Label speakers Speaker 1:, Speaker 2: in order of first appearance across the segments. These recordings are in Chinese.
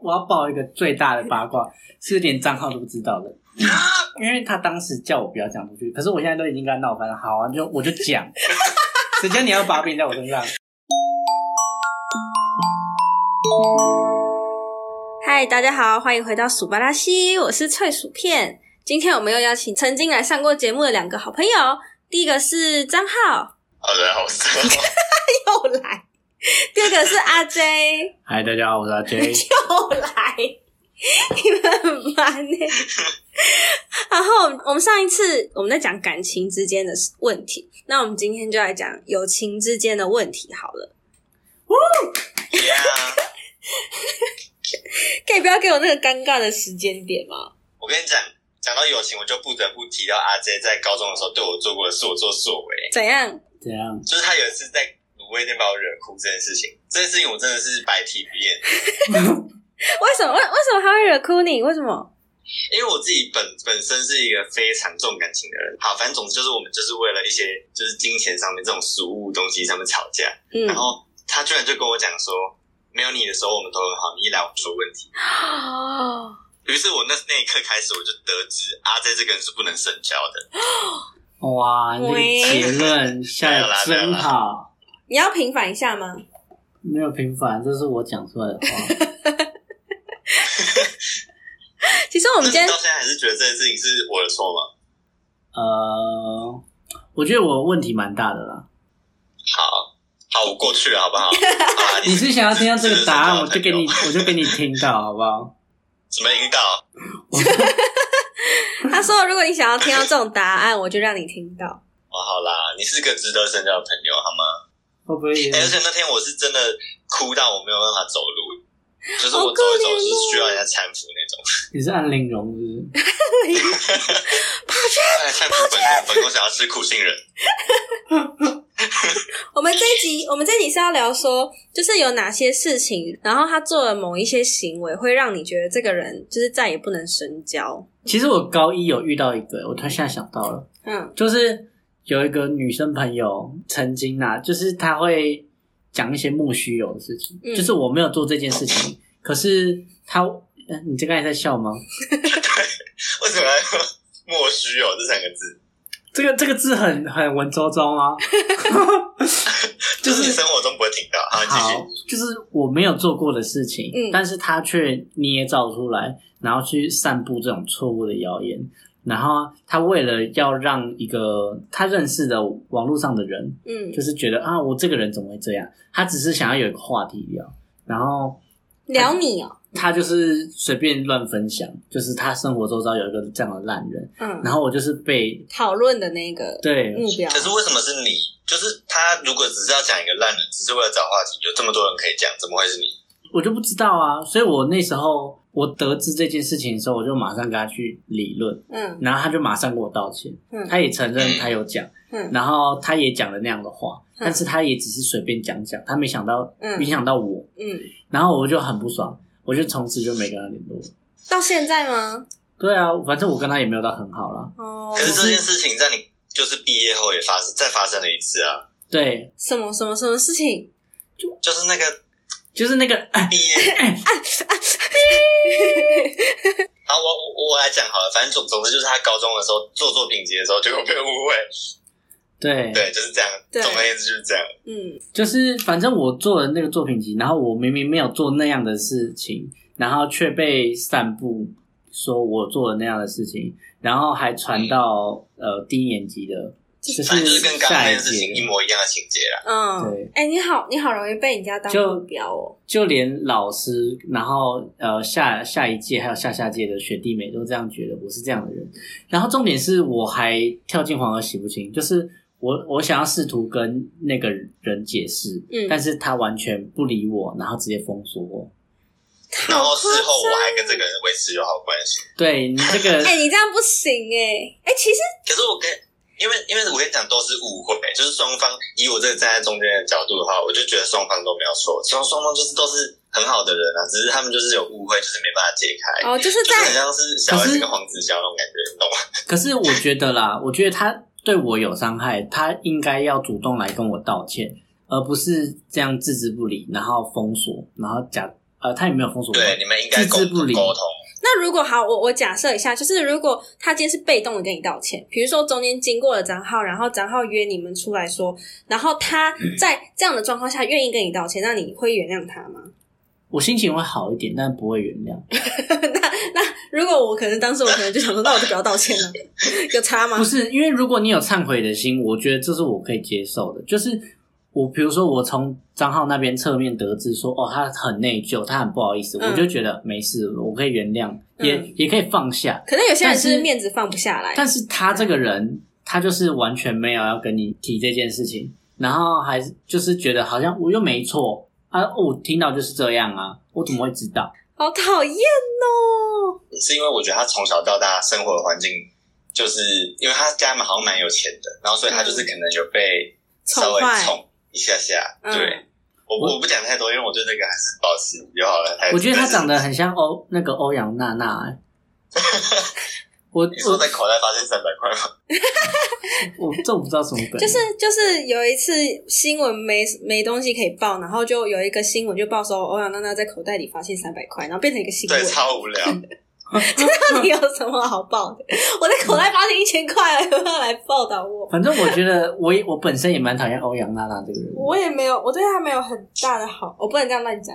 Speaker 1: 我要爆一个最大的八卦， 是连账号都不知道 的，因为他当时叫我不要讲出去，可是我现在都已经跟他闹翻了，好啊，就我就 讲，谁叫你要把柄在我身上？
Speaker 2: 嗨，大家好，欢迎回到数巴拉西，我是脆薯片。今天我们又邀请曾经来上过节目的两个好朋友，第一个是张浩，
Speaker 3: 好人好事，
Speaker 2: 又来；第二个是阿 J，
Speaker 1: 嗨，大家好，我是阿
Speaker 2: 哎
Speaker 1: J，
Speaker 2: 又来。你们很烦呢、 然后我们上一次我们在讲感情之间的问题，那我们今天就来讲友情之间的问题好了。
Speaker 3: 呀！
Speaker 2: 可以不要给我那个尴尬的时间点吗？
Speaker 3: 我跟你讲，讲到友情，我就不得不提到阿 J 在高中的时候对我做过的所作所为，
Speaker 2: 怎样？
Speaker 1: 怎 样？
Speaker 3: 就是他有一次在卤味店把我惹哭这件事情，这件事情我真的是百提不厌，
Speaker 2: 为什么？为为什么他会惹哭你？为什么？
Speaker 3: 因为我自己本本身是一个非常重感情的人。好，反正总之就是我们就是为了一些就是金钱上面这种俗物东西上面吵架，
Speaker 2: 嗯
Speaker 3: 然后他居然就跟我讲说，没有你的时候我们都很好，你一来我们出问题。
Speaker 2: 哦，
Speaker 3: 于是我那那一刻开始，我就得知阿 J 这个人是不能深交的。
Speaker 1: 哇，这个
Speaker 2: 喂
Speaker 1: 结论下的真好，
Speaker 2: 你要平反一下吗？
Speaker 1: 没有平凡，这是我讲出来的话，
Speaker 2: 其实我们今天
Speaker 3: 到现在还是觉得这件事情是我的错吗？
Speaker 1: 呃，我觉得我问题蛮大的 啦，
Speaker 3: 好，好，我过去了，好 不好？好啦
Speaker 1: 你是想要听 到这个答案，我就给你，
Speaker 3: 是
Speaker 1: 我就给你听到，好不好？
Speaker 3: 什么引导？
Speaker 2: 他说，如果你想要听到这种答案，我就让你听到。
Speaker 3: 哦，好啦，你是个值得深交的朋友，好
Speaker 1: 嗯
Speaker 3: 吗？
Speaker 1: 会不会有
Speaker 3: 哎
Speaker 1: 点
Speaker 3: 而且那天我是真的哭到我没有办法走路，就是
Speaker 2: 好
Speaker 3: 我
Speaker 2: 可
Speaker 3: 走一走
Speaker 2: 怜哦
Speaker 3: 是需要人家搀扶那种。
Speaker 1: 你是按玲珑，是不是？
Speaker 3: 哎搀扶本宫，本宫想要吃苦杏仁。
Speaker 2: 我们这一集，我们这一集是要聊说，就是有哪些事情，然后他做了某一些行为，会让你觉得这个人就是再也不能深交。
Speaker 1: 其实我高一有遇到一个，我突然现在想到了，
Speaker 2: 嗯，
Speaker 1: 就是有一个女生朋友曾经啊，就是她会讲一些莫须有的事情，
Speaker 2: 嗯
Speaker 1: 就是我没有做这件事情，可是她，呃你这刚才在笑吗？
Speaker 3: 为什么要用莫须有这三个字？
Speaker 1: 这个这个字很很文绉绉啊， 就
Speaker 3: 就是你
Speaker 1: 是
Speaker 3: 生活中不会听到。好，你啊继
Speaker 1: 好
Speaker 3: 续。，
Speaker 1: 就是我没有做过的事情，
Speaker 2: 嗯
Speaker 1: 但是她却捏造出来，然后去散布这种错误的谣言。然后她为了要让一个她认识的网络上的人，
Speaker 2: 嗯
Speaker 1: 就，是觉得啊，我这个人怎么会这样？他只是想要有一个话题聊，然后
Speaker 2: 聊你哦、
Speaker 1: 他就是随便乱分享，就是他生活周遭有一个这样的烂人，
Speaker 2: 嗯，
Speaker 1: 然后我就是被
Speaker 2: 讨论的那个
Speaker 1: 对，
Speaker 2: 目标
Speaker 3: 可，是为什么是你？就是他如果只是要讲一个烂人，只是为了找话题，有这么多人可以讲，怎么会是你？
Speaker 1: 我就不知道啊，所以我那时候我得知这件事情的时候，我就马上跟他去理论，
Speaker 2: 嗯
Speaker 1: 然后他就马上跟我道歉，
Speaker 2: 嗯
Speaker 1: 他也承认他有讲，
Speaker 2: 嗯
Speaker 1: 然后他也讲了那样的话，
Speaker 2: 嗯
Speaker 1: 但是他也只是随便讲讲，他没想到
Speaker 2: 嗯
Speaker 1: 没想到我，
Speaker 2: 嗯，
Speaker 1: 然后我就很不爽，我就从此就没跟他联络了。
Speaker 2: 到现在吗？
Speaker 1: 对啊，反正我跟他也没有到很好啦。
Speaker 2: 哦
Speaker 3: 可，是这件事情在你就是毕业后也发生，再发生了一次啊，
Speaker 1: 对，
Speaker 2: 什么什么什么事情？
Speaker 3: 就是那个
Speaker 1: 就是那个， 哎
Speaker 3: 毕业。啊 好，我我我来讲好了，反正总总之就是他高中的时候做作品集的时候，结果被误会，
Speaker 1: 对，
Speaker 3: 对，就是这样。
Speaker 2: 对
Speaker 3: 总而言之就是这样。
Speaker 2: 嗯
Speaker 1: 就是反正我做了那个作品集，然后我明明没有做那样的事情，然后却被散布说我做了那样的事情，然后还传到、呃低年级的，就
Speaker 3: 反
Speaker 1: 是
Speaker 3: 嗯正就是跟刚刚
Speaker 1: 下
Speaker 3: 那
Speaker 1: 一
Speaker 3: 件事情一
Speaker 1: 届，
Speaker 3: 模一样的情节啦。
Speaker 2: 嗯
Speaker 1: 对，
Speaker 2: 哎、你好，你好容易被人家当
Speaker 1: 就
Speaker 2: 目标哦、
Speaker 1: 就连老师，然后呃下下一届还有下下届的学弟妹都这样觉得我是这样的人，然后重点是我还跳进黄河洗不清，就是我我想要试图跟那个人解释，
Speaker 2: 嗯
Speaker 1: 但是他完全不理我，然后直接封锁我。
Speaker 3: 然后事后我还跟这个人维持友好关系。
Speaker 1: 对你这个
Speaker 2: 哎、你这样不行哎、哎、其实
Speaker 3: 可是我跟因为因为我跟你讲都是误会，就是双方以我这个站在中间的角度的话，我就觉得双方都没有错，双双方就是都是很好的人啊，只是他们就是有误会，就是没办法解开。
Speaker 2: 哦，就是
Speaker 3: 就是很
Speaker 2: 在
Speaker 3: 像是小 S 跟黄子佼那种感觉，你懂吗？
Speaker 1: 可是我觉得啦，我觉得他对我有伤害，他应该要主动来跟我道歉，而不是这样置之不理，然后封锁，然后假呃，他也没有封锁过，
Speaker 3: 对，你们应该沟
Speaker 1: 置之不理
Speaker 3: 沟通。
Speaker 2: 那如果好，我我假设一下，就是如果他今天是被动的跟你道歉，比如说中间经过了张浩，然后张浩约你们出来说，然后他在这样的状况下愿意跟你道歉，那你会原谅他吗？
Speaker 1: 我心情会好一点，但不会原谅。
Speaker 2: 那那如果我可能当时我可能就想说，那我就不要道歉了，有差吗
Speaker 1: 不？是，因为如果你有忏悔的心，我觉得这是我可以接受的。就是我，比如说我从张浩那边侧面得知说，哦，他很内疚，他很不好意思，
Speaker 2: 嗯
Speaker 1: 我就觉得没事，我可以原谅，也、
Speaker 2: 嗯
Speaker 1: 也可以放下。
Speaker 2: 可能有些人就
Speaker 1: 但
Speaker 2: 是
Speaker 1: 是
Speaker 2: 面子放不下来，
Speaker 1: 但是他这个人，他就是完全没有要跟你提这件事情，然后还是就是觉得好像我又没错啊，哦我听到就是这样啊，我怎么会知 道？
Speaker 2: 好讨厌哦。
Speaker 3: 是因为我觉得他从小到大生活的环境，就是因为他家蛮好像蛮有钱的，然后所以他就是可能有被稍微
Speaker 2: 宠坏
Speaker 3: 宠一下下。
Speaker 2: 嗯
Speaker 3: 对，我
Speaker 1: 我
Speaker 3: 我不讲太多，因为我对这个还是保持友好的态度。
Speaker 1: 我觉得他长
Speaker 3: 得，
Speaker 1: 得很像欧那个欧阳娜娜、欸，我
Speaker 3: 你说
Speaker 1: 我
Speaker 3: 在口袋发现三百块吗？
Speaker 1: 我这我不知道什么梗，
Speaker 2: 就是就是有一次新闻没没东西可以报，然后就有一个新闻就报说欧阳娜娜在口袋里发现三百块，然后变成一个新闻
Speaker 3: 对，。超无聊。
Speaker 2: 到底有什么好报的？我在口袋发现一千块，有没有来报道我？
Speaker 1: 反正我觉得我也我本身也蛮讨厌欧阳娜娜这个人。
Speaker 2: 我也没有，我对他没有很大的好，我不能这样乱讲。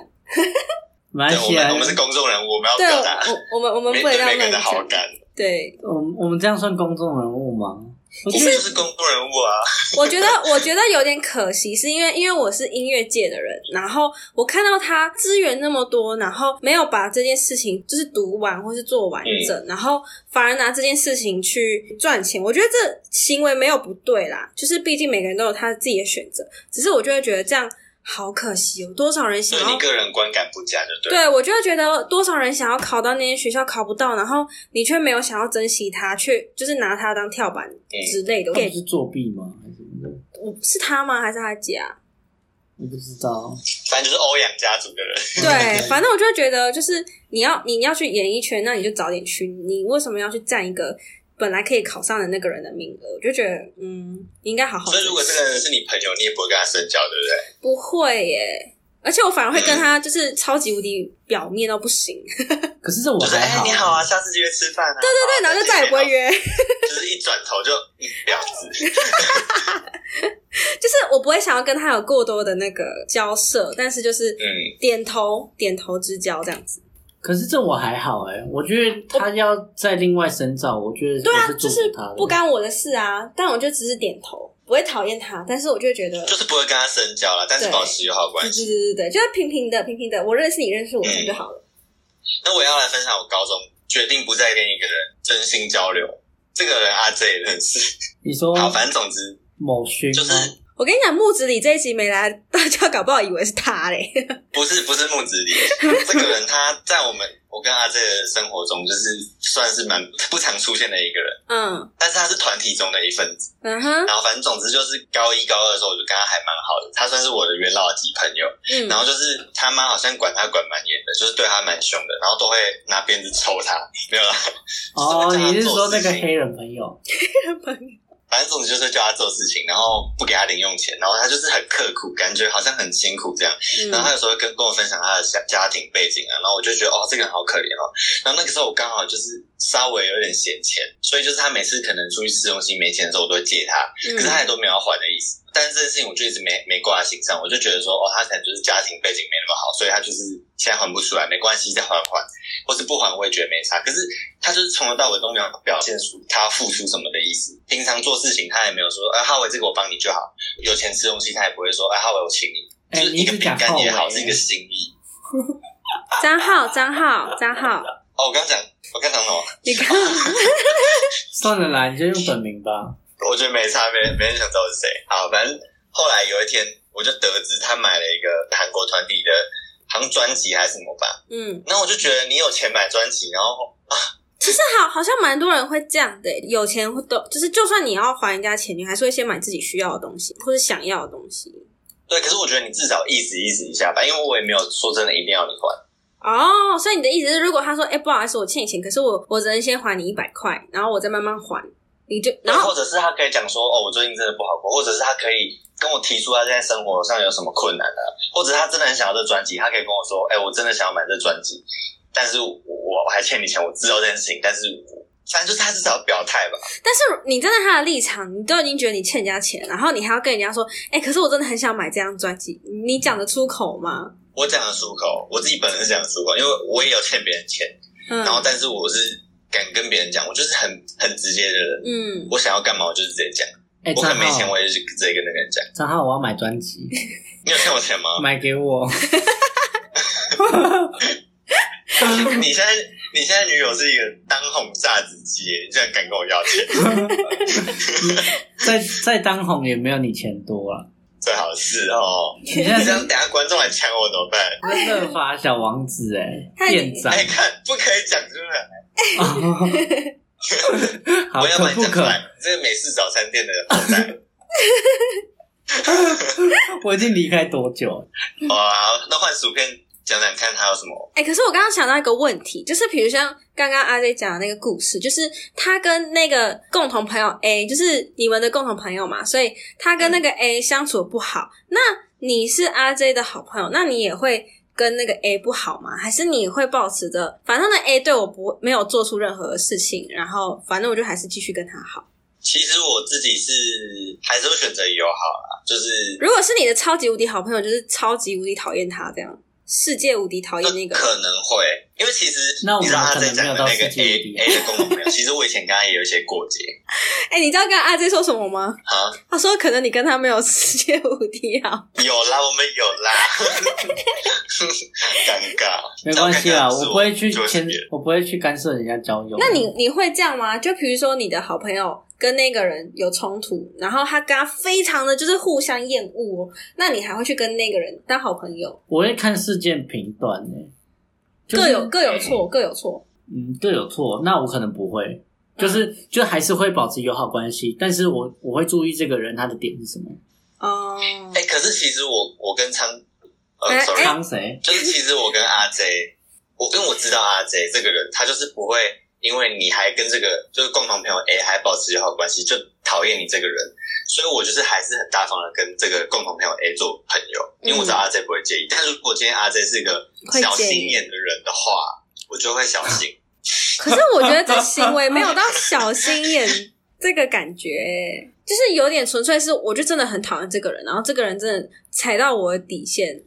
Speaker 1: 马来
Speaker 3: 对，我
Speaker 1: 西亚
Speaker 3: 们，我们是公众人物，我们要
Speaker 2: 啊对，
Speaker 3: 表达
Speaker 2: 我我们我们
Speaker 3: 每
Speaker 2: 不能
Speaker 3: 对
Speaker 2: 这样
Speaker 3: 每
Speaker 2: 乱
Speaker 3: 个人的好
Speaker 2: 讲。
Speaker 3: 感。
Speaker 2: 对，
Speaker 1: 我们我们这样算公众人物吗？我
Speaker 3: 我
Speaker 1: 觉
Speaker 3: 们
Speaker 1: 得
Speaker 3: 就是公众人物啊，
Speaker 2: 我觉得我觉得有点可惜，是因为因为我是音乐界的人，然后我看到他资源那么多，然后没有把这件事情就是读完或是做完整，然后反而拿这件事情去赚钱，我觉得这行为没有不对啦，就是毕竟每个人都有他自己的选择，只是我就会觉得这样好可惜，有多少人想
Speaker 3: 对
Speaker 2: 要
Speaker 3: 你个人观感不佳就对了。
Speaker 2: 对，我就会觉得多少人想要考到那些学校考不到，然后你却没有想要珍惜它，却就是拿它当跳板
Speaker 3: 嗯
Speaker 2: 之类的。
Speaker 1: 他不
Speaker 2: 给
Speaker 1: 是作弊吗？还是什么的？
Speaker 2: 我是他吗？还是他姐啊？
Speaker 1: 我不知道。
Speaker 3: 反正就是欧阳家族的人。
Speaker 2: 对，反正我就会觉得，就是你要你要去演艺圈，那你就早点去。你为什么要去占一个本来可以考上的那个人的名额？我就觉得，嗯，你应该好好珍
Speaker 3: 所
Speaker 2: 惜。
Speaker 3: 以如果这个人是你朋友，你也不会跟他深交，对不对？
Speaker 2: 不会耶，而且我反而会跟他就是超级无敌表面到不 行，
Speaker 1: 可是这我
Speaker 3: 就是
Speaker 1: 还
Speaker 3: 哎，
Speaker 1: 好。
Speaker 3: 你好啊，下次约吃饭啊。对
Speaker 2: 对，然后就再也不会。约。
Speaker 3: 就是一转头就嗯，婊子。
Speaker 2: 就是我不会想要跟他有过多的那个交涉，但是就是
Speaker 3: 嗯
Speaker 2: 点头、点头之交这样子。
Speaker 1: 可是这我还好哎、我觉得他要再另外深造，我觉得
Speaker 2: 对啊
Speaker 1: 我，
Speaker 2: 就
Speaker 1: 做
Speaker 2: 是
Speaker 1: 不他的。
Speaker 2: 不干我的事啊，但我就只是点头，不会讨厌他，但是我就会觉得，
Speaker 3: 就是不会跟他深交了，但是
Speaker 2: 对
Speaker 3: 保持友好
Speaker 2: 对
Speaker 3: 关
Speaker 2: 对
Speaker 3: 系。
Speaker 2: 对对对，就是平平的、平平的，我认识你，认识我
Speaker 3: 嗯
Speaker 2: 就好了。
Speaker 3: 那我要来分享我高中决定不再跟一个人真心交流。这个人阿 J 也认识。
Speaker 1: 你
Speaker 2: 哦
Speaker 1: 说
Speaker 3: 好，反正总之
Speaker 1: 某勋吗
Speaker 3: 就是
Speaker 2: 我跟你讲，木子李这一集没来，大家搞不好以为是他嘞。
Speaker 3: 不是不是木子李，这个人他在我们我跟阿 J 的生活中，就是算是蛮不常出现的一个人，
Speaker 2: 嗯
Speaker 3: 但是他是团体中的一份子。
Speaker 2: 嗯哼，
Speaker 3: 然后反正总之就是高一高二的时候，我就跟他还蛮好的，他算是我的元老级朋友。
Speaker 2: 嗯，
Speaker 3: 然后就是他妈好像管他管蛮严的，就是对他蛮凶的，然后都会拿鞭子抽他，没有啦。
Speaker 1: 哦，
Speaker 3: 就是会叫他
Speaker 1: 你是说
Speaker 3: 做
Speaker 1: 那
Speaker 3: 事
Speaker 1: 个
Speaker 3: 情
Speaker 1: 黑人朋友？
Speaker 3: 反正总之就是叫他做事情，然后不给他零用钱，然后他就是很刻苦，感觉好像很辛苦这样。
Speaker 2: 嗯
Speaker 3: 然后他有时候会跟跟我分享他的家家庭背景啊，然后我就觉得哦，这个人好可怜哦。然后那个时候我刚好就是稍微有点闲钱，所以就是他每次可能出去吃东西没钱的时候，我都会借他，
Speaker 2: 嗯
Speaker 3: 可是他也都没有要还的意思。但是这件事情我就一直没没挂在心上，我就觉得说，哦，他可能就是家庭背景没那么好，所以他就是现在还不出来，没关系，再还还，或是不还我也觉得没差。可是他就是从头到尾都没有表现出他付出什么的意思，平常做事情他也没有说，哎、浩伟这个我帮你就好，有钱吃东西他也不会说，哎、浩伟我请你，
Speaker 1: 哎
Speaker 3: 就是一个
Speaker 1: 你一直
Speaker 3: 饼
Speaker 1: 讲哎
Speaker 3: 干也
Speaker 1: 浩
Speaker 3: 好，
Speaker 1: 伟
Speaker 3: 是一个心意。
Speaker 2: 张浩，张浩，张浩，
Speaker 3: 哦，我刚讲，我刚讲什么？
Speaker 2: 你看，
Speaker 1: 算了啦，你就用本名吧。
Speaker 3: 我觉得没差，没人没人想知道我是谁。好，反正后来有一天，我就得知他买了一个韩国团体的，好像专辑还是什么吧。
Speaker 2: 嗯，
Speaker 3: 然后我就觉得你有钱买专辑，然后
Speaker 2: 其实好好像蛮多人会这样的欸，有钱会都就是，就算你要还人家钱，你还是会先买自己需要的东西或者想要的东西。
Speaker 3: 对，可是我觉得你至少意思意思一下吧，因为我也没有说真的一定要你还。
Speaker 2: 哦，所以你的意思是，如果他说，哎、不好意思，我欠你钱，可是我我只能先还你一百块，然后我再慢慢还，你就然
Speaker 3: 然后
Speaker 2: 后
Speaker 3: 或者是他可以讲说，哦，我最近真的不好过，或者是他可以跟我提出他现在生活上有什么困难啊，或者他真的很想要这专辑，他可以跟我说，哎、我真的想要买这专辑，但是我我还欠你钱，我知道这件事情，但是我反正就是他至少表态吧。
Speaker 2: 但是你站在他的立场，你都已经觉得你欠人家钱，然后你还要跟人家说，哎、可是我真的很想买这张专辑，你讲得出口吗？
Speaker 3: 我讲的出口，我自己本人是讲得出口，因为我也有欠别人钱，
Speaker 2: 嗯
Speaker 3: 然后但是我是敢跟别人讲，我就是很很直接的人，
Speaker 2: 嗯，
Speaker 3: 我想要干嘛我就是直接讲，
Speaker 1: 哎，
Speaker 3: 我
Speaker 1: 张
Speaker 3: 很没钱
Speaker 1: 浩，
Speaker 3: 我也就是直接跟那个人讲。
Speaker 1: 张浩，我要买专辑，
Speaker 3: 你有欠我钱吗？
Speaker 1: 买给我。
Speaker 3: 你现在你现在女友是一个当红炸子鸡耶，你竟然敢跟我要钱，
Speaker 1: 再再当红也没有你钱多了。
Speaker 3: 最好是 哦。
Speaker 1: 你现在
Speaker 3: 你这
Speaker 1: 是
Speaker 3: 样等下观众来抢我怎么办？
Speaker 1: 热法小王子 哎、
Speaker 2: 太
Speaker 1: 店长，
Speaker 3: 哎，看不可以讲出来，
Speaker 1: 好
Speaker 3: 我要
Speaker 1: 可
Speaker 3: 把你
Speaker 1: 不
Speaker 3: 讲出
Speaker 1: 可？
Speaker 3: 来。这个美式早餐店的 后代，
Speaker 1: 我已经离开多久了？
Speaker 3: 哇，哦好那换薯片讲讲看，他有什么？
Speaker 2: 哎、可是我刚刚想到一个问题，就是比如像刚刚阿 J 讲的那个故事，就是他跟那个共同朋友 A，就是你们的共同朋友嘛，所以他跟那个 A 相处得不好，那你是阿 J 的好朋友，那你也会跟那个 A 不好吗？还是你会保持着，反正那 A 对我不没有做出任何事情，然后反正我就还是继续跟他好。
Speaker 3: 其实我自己是还是会选择友好啦，就是
Speaker 2: 如果是你的超级无敌好朋友，就是超级无敌讨厌他这样，世界无敌讨厌那个人。
Speaker 3: 可能会，因为其实
Speaker 1: 那我
Speaker 3: 你
Speaker 1: 们
Speaker 3: 知道他
Speaker 1: 可
Speaker 3: 在
Speaker 1: 能没有
Speaker 3: 讲的那
Speaker 1: 到
Speaker 3: 个
Speaker 1: 世界
Speaker 3: A
Speaker 1: 第一
Speaker 3: A 的公共朋友，其实我以前跟他也有一些过节
Speaker 2: 哎、你知道跟阿 J 说什么吗？
Speaker 3: 啊，哦
Speaker 2: 他说：“可能你跟他没有世界无敌好，
Speaker 3: 有啦，我们有 啦，尴尬，
Speaker 1: 没关系啦，
Speaker 3: 只要尴尬的
Speaker 1: 我
Speaker 3: 是
Speaker 1: 不会去
Speaker 3: 就会
Speaker 1: 牵
Speaker 3: 是别人，
Speaker 1: 我不会去干涉人家交友。
Speaker 2: 那你你会这样吗？就比如说你的好朋友跟那个人有冲突，然后他跟他非常的就是互相厌恶、哦，那你还会去跟那个人当好朋友？
Speaker 1: 我会看事件评断呢、就是
Speaker 2: 各有各有错，各有错。
Speaker 1: 嗯各有错，那我可能不会。
Speaker 2: 嗯
Speaker 1: 就是就还是会保持友好关系，但是我我会注意这个人他的点是什么。
Speaker 2: 哦、
Speaker 3: 哎、可是其实我我跟昌，呃、
Speaker 2: 哎
Speaker 3: s o r r y
Speaker 1: 当谁？
Speaker 3: 就是其实我跟阿 J，我因为我知道阿 J 这个人，他就是不会因为你还跟这个就是共同朋友 A 还保持友好关系，就讨厌你这个人，所以我就是还是很大方的跟这个共同朋友 A 做朋友，因为我知道阿 J 不会介
Speaker 1: 嗯
Speaker 3: 意。但如果今天阿 J 是个
Speaker 2: 会
Speaker 3: 小
Speaker 2: 介意
Speaker 3: 心眼的人的话，我就会小心。
Speaker 2: 可是我觉得这行为没有到小心眼这个感觉，就是有点纯粹是，我就真的很讨厌这个人，然后这个人真的踩到我的底线。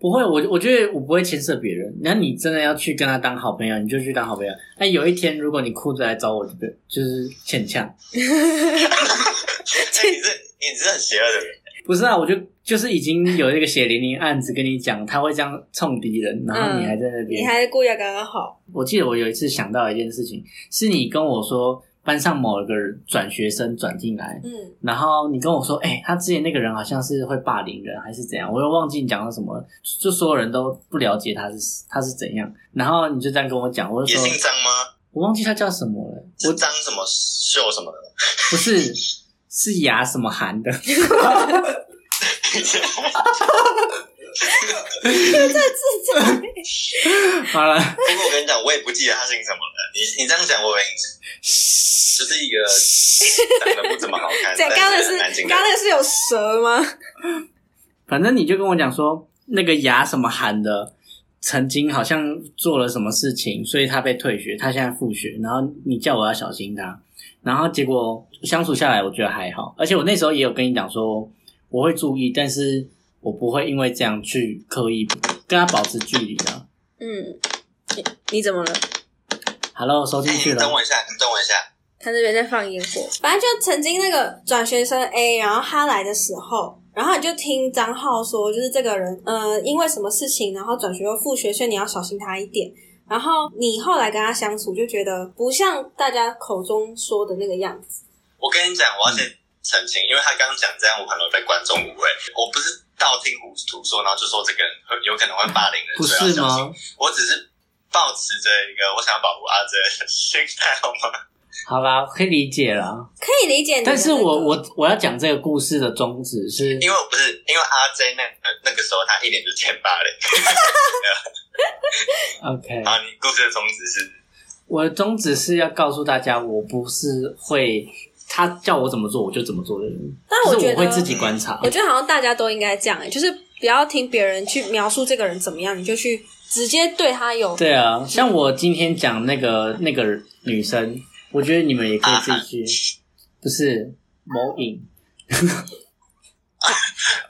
Speaker 1: 不会，我我觉得我不会牵涉别人。那你真的要去跟他当好朋友，你就去当好朋友。那有一天如果你哭着来找我，就就是欠呛。
Speaker 3: 哎、你这你是很邪恶的人，
Speaker 1: 不是啊，我就就是已经有一个血淋淋案子跟你讲，他会这样冲敌人，然后你还在那
Speaker 2: 嗯你
Speaker 1: 边。
Speaker 2: 还故意要刚刚好，
Speaker 1: 我记得我有一次想到一件事情，是你跟我说班上某一个人转学生转进来，
Speaker 2: 嗯，
Speaker 1: 然后你跟我说，哎、他之前那个人好像是会霸凌人还是怎样，我又忘记你讲了什么了，就所有人都不了解他是他是怎样，然后你就这样跟我讲，我就
Speaker 3: 也
Speaker 1: 说
Speaker 3: 姓张吗？
Speaker 1: 我忘记他叫什么了，
Speaker 3: 是张什么秀什么 的？
Speaker 1: 不是是雅什么涵的， 好了，
Speaker 3: 不过我跟你讲，我也不记得他姓什么了。你你这样讲，我也就是一个长得不怎么好 看，
Speaker 2: 这样
Speaker 3: 但
Speaker 2: 刚刚的
Speaker 3: 是很难
Speaker 2: 是
Speaker 3: 进
Speaker 2: 刚
Speaker 3: 的
Speaker 2: 刚的是有蛇吗？
Speaker 1: 反正你就跟我讲说那个雅什么涵的。曾经好像做了什么事情，所以他被退学，他现在复学，然后你叫我要小心他，然后结果相处下来，我觉得还好，而且我那时候也有跟你讲说我会注意，但是我不会因为这样去刻意跟他保持距离的。
Speaker 2: 嗯，你你怎么了？
Speaker 1: Hello，收进
Speaker 3: 哎
Speaker 1: 去
Speaker 3: 你
Speaker 1: 了，
Speaker 3: 等我一下，你等我一下。
Speaker 2: 他那边在放烟火，反正就曾经那个转学生 A，然后他来的时候，然后你就听张浩说，就是这个人，呃，因为什么事情，然后转学又复学，所以你要小心他一点。然后你后来跟他相处，就觉得不像大家口中说的那个样子。
Speaker 3: 我跟你讲，我要先澄清，因为他刚刚讲这样，我可能被观众误会。我不是道听途途说，然后就说这个人会有可能会霸凌人，
Speaker 1: 不
Speaker 3: 所以
Speaker 1: 是
Speaker 3: 要小心？
Speaker 1: 吗？
Speaker 3: 我只是保持着一个我想要保护阿哲的心态，好吗？
Speaker 1: 好啦，可以理解啦。
Speaker 2: 可以理解你的哎
Speaker 1: 但
Speaker 2: 那个、
Speaker 1: 是我我我要讲这个故事的宗旨是，
Speaker 3: 因为我不是，因为阿 J 那那个时候他一脸就是欠霸凌。
Speaker 1: OK，
Speaker 3: 然后你故事的宗旨是，
Speaker 1: 我的宗旨是要告诉大家，我不是会他叫我怎么做我就怎么做的人，
Speaker 2: 但
Speaker 1: 就
Speaker 2: 我
Speaker 1: 是
Speaker 2: 觉
Speaker 1: 我
Speaker 2: 得
Speaker 1: 会自己观察。
Speaker 2: 我觉得好像大家都应该这样、欸，就是不要听别人去描述这个人怎么样，你就去直接对他有
Speaker 1: 对啊，像我今天讲那个那个女生，我觉得你们也可以自己去，不是某影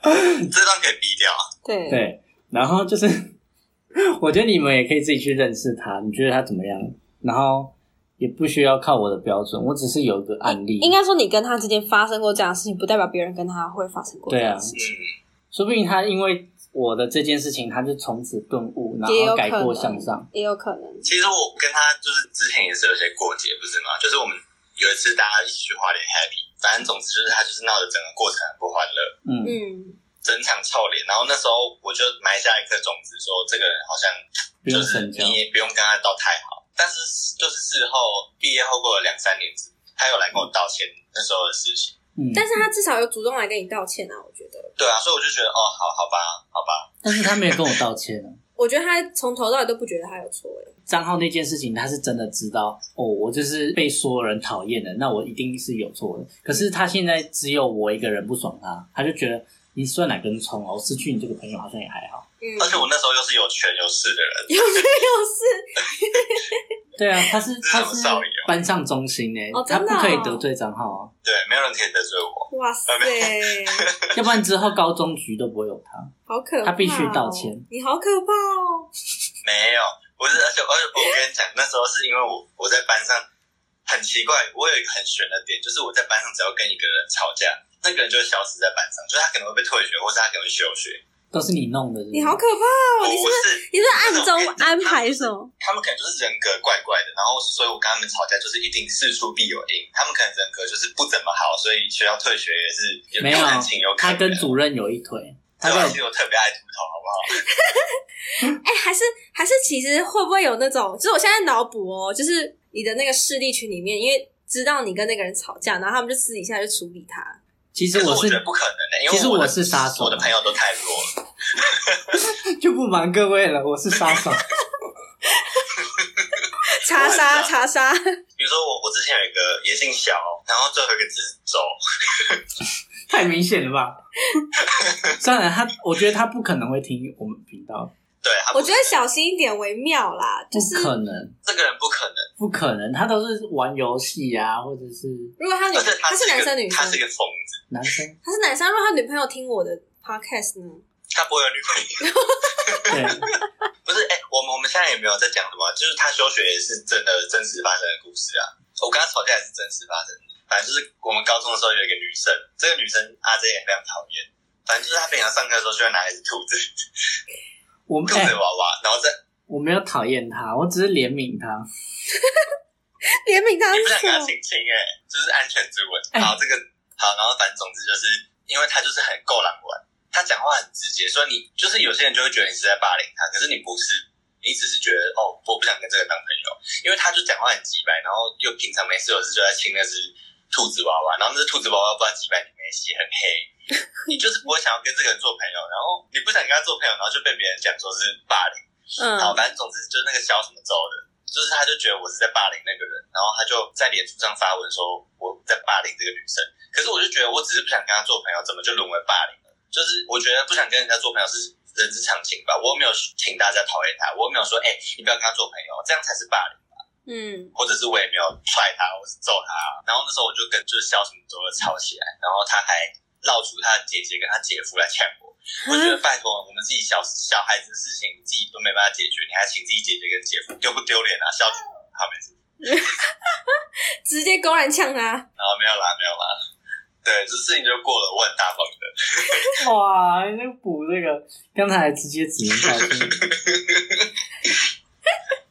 Speaker 3: 这段可以逼掉。啊
Speaker 2: 对
Speaker 1: 对，然后就是我觉得你们也可以自己去认识他，你觉得他怎么样？然后也不需要靠我的标准，我只是有一个案例，
Speaker 2: 应该说你跟他之间发生过这样的事情，不代表别人跟他会发生过这
Speaker 1: 对
Speaker 2: 样
Speaker 1: 啊
Speaker 2: 的事，情。
Speaker 1: 说不定他因为我的这件事情，他就从此顿悟，然
Speaker 2: 也
Speaker 1: 后
Speaker 2: 有可
Speaker 1: 改
Speaker 2: 能
Speaker 1: 过向上。
Speaker 2: 也有可能。
Speaker 3: 其实我跟他就是之前也是有些过节，不是吗？就是我们有一次大家一起去花莲 happy，反正总之就是他就是闹得整个过程很不欢乐，
Speaker 1: 嗯，
Speaker 2: 嗯，
Speaker 3: 整场臭脸。然后那时候我就埋下一颗种子说这个人好像
Speaker 1: 不用
Speaker 3: 就是
Speaker 1: 深交。
Speaker 3: 你也不用跟他到太好。但是就是事后毕业后过了两三年，他又来跟我道歉那时候的事情。
Speaker 1: 嗯，
Speaker 2: 但是他至少有主动来跟你道歉啊，我觉得。
Speaker 3: 对啊，所以我就觉得哦，好好吧，好吧，
Speaker 1: 但是他没有跟我道歉啊。
Speaker 2: 我觉得他从头到尾都不觉得他有错欸
Speaker 1: 账号那件事情，他是真的知道哦，我就是被所有人讨厌的，那我一定是有错的。可是他现在只有我一个人不爽他，他就觉得你算哪根葱哦，失去你这个朋友好像也还好。
Speaker 2: 嗯，
Speaker 3: 而且我那时候又是有权有势的人，
Speaker 2: 有没有事？
Speaker 1: 对啊，他是他
Speaker 3: 这是
Speaker 1: 是
Speaker 3: 什么道理啊
Speaker 1: 班上中心诶、
Speaker 2: 哦
Speaker 1: 他
Speaker 2: 真的
Speaker 1: 不
Speaker 2: 哦
Speaker 1: 可以得罪账号啊，
Speaker 3: 对，没有人可以得罪我。
Speaker 2: 哇塞，
Speaker 1: 要不然之后高中局都不会有他。
Speaker 2: 好可怕、哦！
Speaker 1: 他必须道歉，
Speaker 2: 你好可怕哦！
Speaker 3: 没有，我是而且而且我跟你讲，那时候是因为我我在班上很奇怪，我有一个很悬的点，就是我在班上只要跟一个人吵架，那个人就会消失在班上，就是他可能会被退学，或是他可能会休学。
Speaker 1: 都是你弄的是不是
Speaker 2: 你好可怕
Speaker 3: 我
Speaker 2: 哦！你是
Speaker 3: 不
Speaker 2: 不是
Speaker 3: 是，
Speaker 2: 你是不是暗中安排什么？
Speaker 3: 他们可能就是人格怪怪的，然后所以我跟他们吵架就是一定事出必有因，他们可能人格就是不怎么好，所以学校退学也是
Speaker 1: 没有
Speaker 3: 感情有，可
Speaker 1: 他
Speaker 3: 能
Speaker 1: 跟主任有一腿，他
Speaker 3: 对啊
Speaker 1: 在
Speaker 3: 其实我特别爱秃头，好不好？
Speaker 2: 哎、还是还是，其实会不会有那种？就是我现在脑补哦，就是你的那个势力群里面，因为知道你跟那个人吵架，然后他们就私底下就处理他。
Speaker 1: 其
Speaker 3: 可
Speaker 1: 实
Speaker 3: 是
Speaker 1: 我
Speaker 3: 我
Speaker 1: 是
Speaker 3: 觉得不可能的、因为
Speaker 1: 其实
Speaker 3: 我
Speaker 1: 我
Speaker 3: 的
Speaker 1: 是杀手
Speaker 3: 我的朋友都太弱了。
Speaker 1: 就不瞒各位了，我是杀 手。
Speaker 2: 查杀查杀，
Speaker 3: 比如说我我之前有一个也姓小，然后最后一个字是周，
Speaker 1: 太明显了吧？当然他，我觉得他不可能会听我们频道，
Speaker 3: 对，他
Speaker 2: 我
Speaker 3: 不
Speaker 2: 觉得小心一点为妙啦。
Speaker 1: 不
Speaker 2: 就是
Speaker 1: 可能，
Speaker 3: 这个人不可能，
Speaker 1: 不可能，他都是玩游戏啊，或者是
Speaker 2: 如果他女
Speaker 3: 而且
Speaker 2: 他
Speaker 3: 是
Speaker 2: 是男
Speaker 3: 一
Speaker 2: 生女
Speaker 3: 个
Speaker 2: 生
Speaker 3: 他，是一个疯子，
Speaker 1: 男生。
Speaker 2: 他是男生，如果他女朋友听我的 podcast 呢？
Speaker 3: 他不会有女朋友。
Speaker 1: 对，
Speaker 3: 不是，哎、我们我们现在也没有在讲什么，就是他休学也是真的真实发生的故事啊。我跟他吵架也是真实发生的，反正就是我们高中的时候有一个女生，这个女生阿珍也非常讨厌，反正就是她平常上课的时候就会拿一只兔子
Speaker 1: 我们
Speaker 3: 兔
Speaker 1: 哎、
Speaker 3: 子娃娃，然后在
Speaker 1: 我没有讨厌他，我只是怜悯他。
Speaker 2: 怜悯他
Speaker 3: 你不想
Speaker 2: 是
Speaker 3: 跟他
Speaker 2: 什么？
Speaker 3: 亲亲哎，就是安全之吻。
Speaker 1: 哎
Speaker 3: 好，这个好，然后反正总之就是，因为他就是很够狼玩，他讲话很直接，所以你就是有些人就会觉得你是在霸凌他，可是你不是，你只是觉得哦，我不想跟这个当朋友，因为他就讲话很直白，然后又平常没事有事就在亲那只兔子娃娃，然后那只兔子娃娃不知道几百里面洗很黑。你就是不会想要跟这个人做朋友，然后你不想跟他做朋友，然后就被别人讲说是霸凌。
Speaker 2: 嗯，
Speaker 3: 好，反正总之就是那个小什么周的，就是他就觉得我是在霸凌那个人，然后他就在脸书上发文说我在霸凌这个女生。可是我就觉得我只是不想跟他做朋友，怎么就沦为霸凌了？就是我觉得不想跟人家做朋友是人之常情吧。我又没有请大家讨厌他，我又没有说哎、你不要跟他做朋友，这样才是霸凌。
Speaker 2: 嗯，
Speaker 3: 或者是我也没有踹他，我是揍他。然后那时候我就跟就是肖什么周的吵起来，然后他还闹出他的姐姐跟他姐夫来劝我。我觉得拜托，我们自己小小孩子的事情自己都没办法解决，你还请自己姐姐跟姐夫，丢不丢脸啊？肖他们，
Speaker 2: 直接公然呛他，
Speaker 3: 然后没有啦，没有啦。对，这事情就过了，我很大方的。
Speaker 1: 哇，那补这个，刚才还直接指名道姓。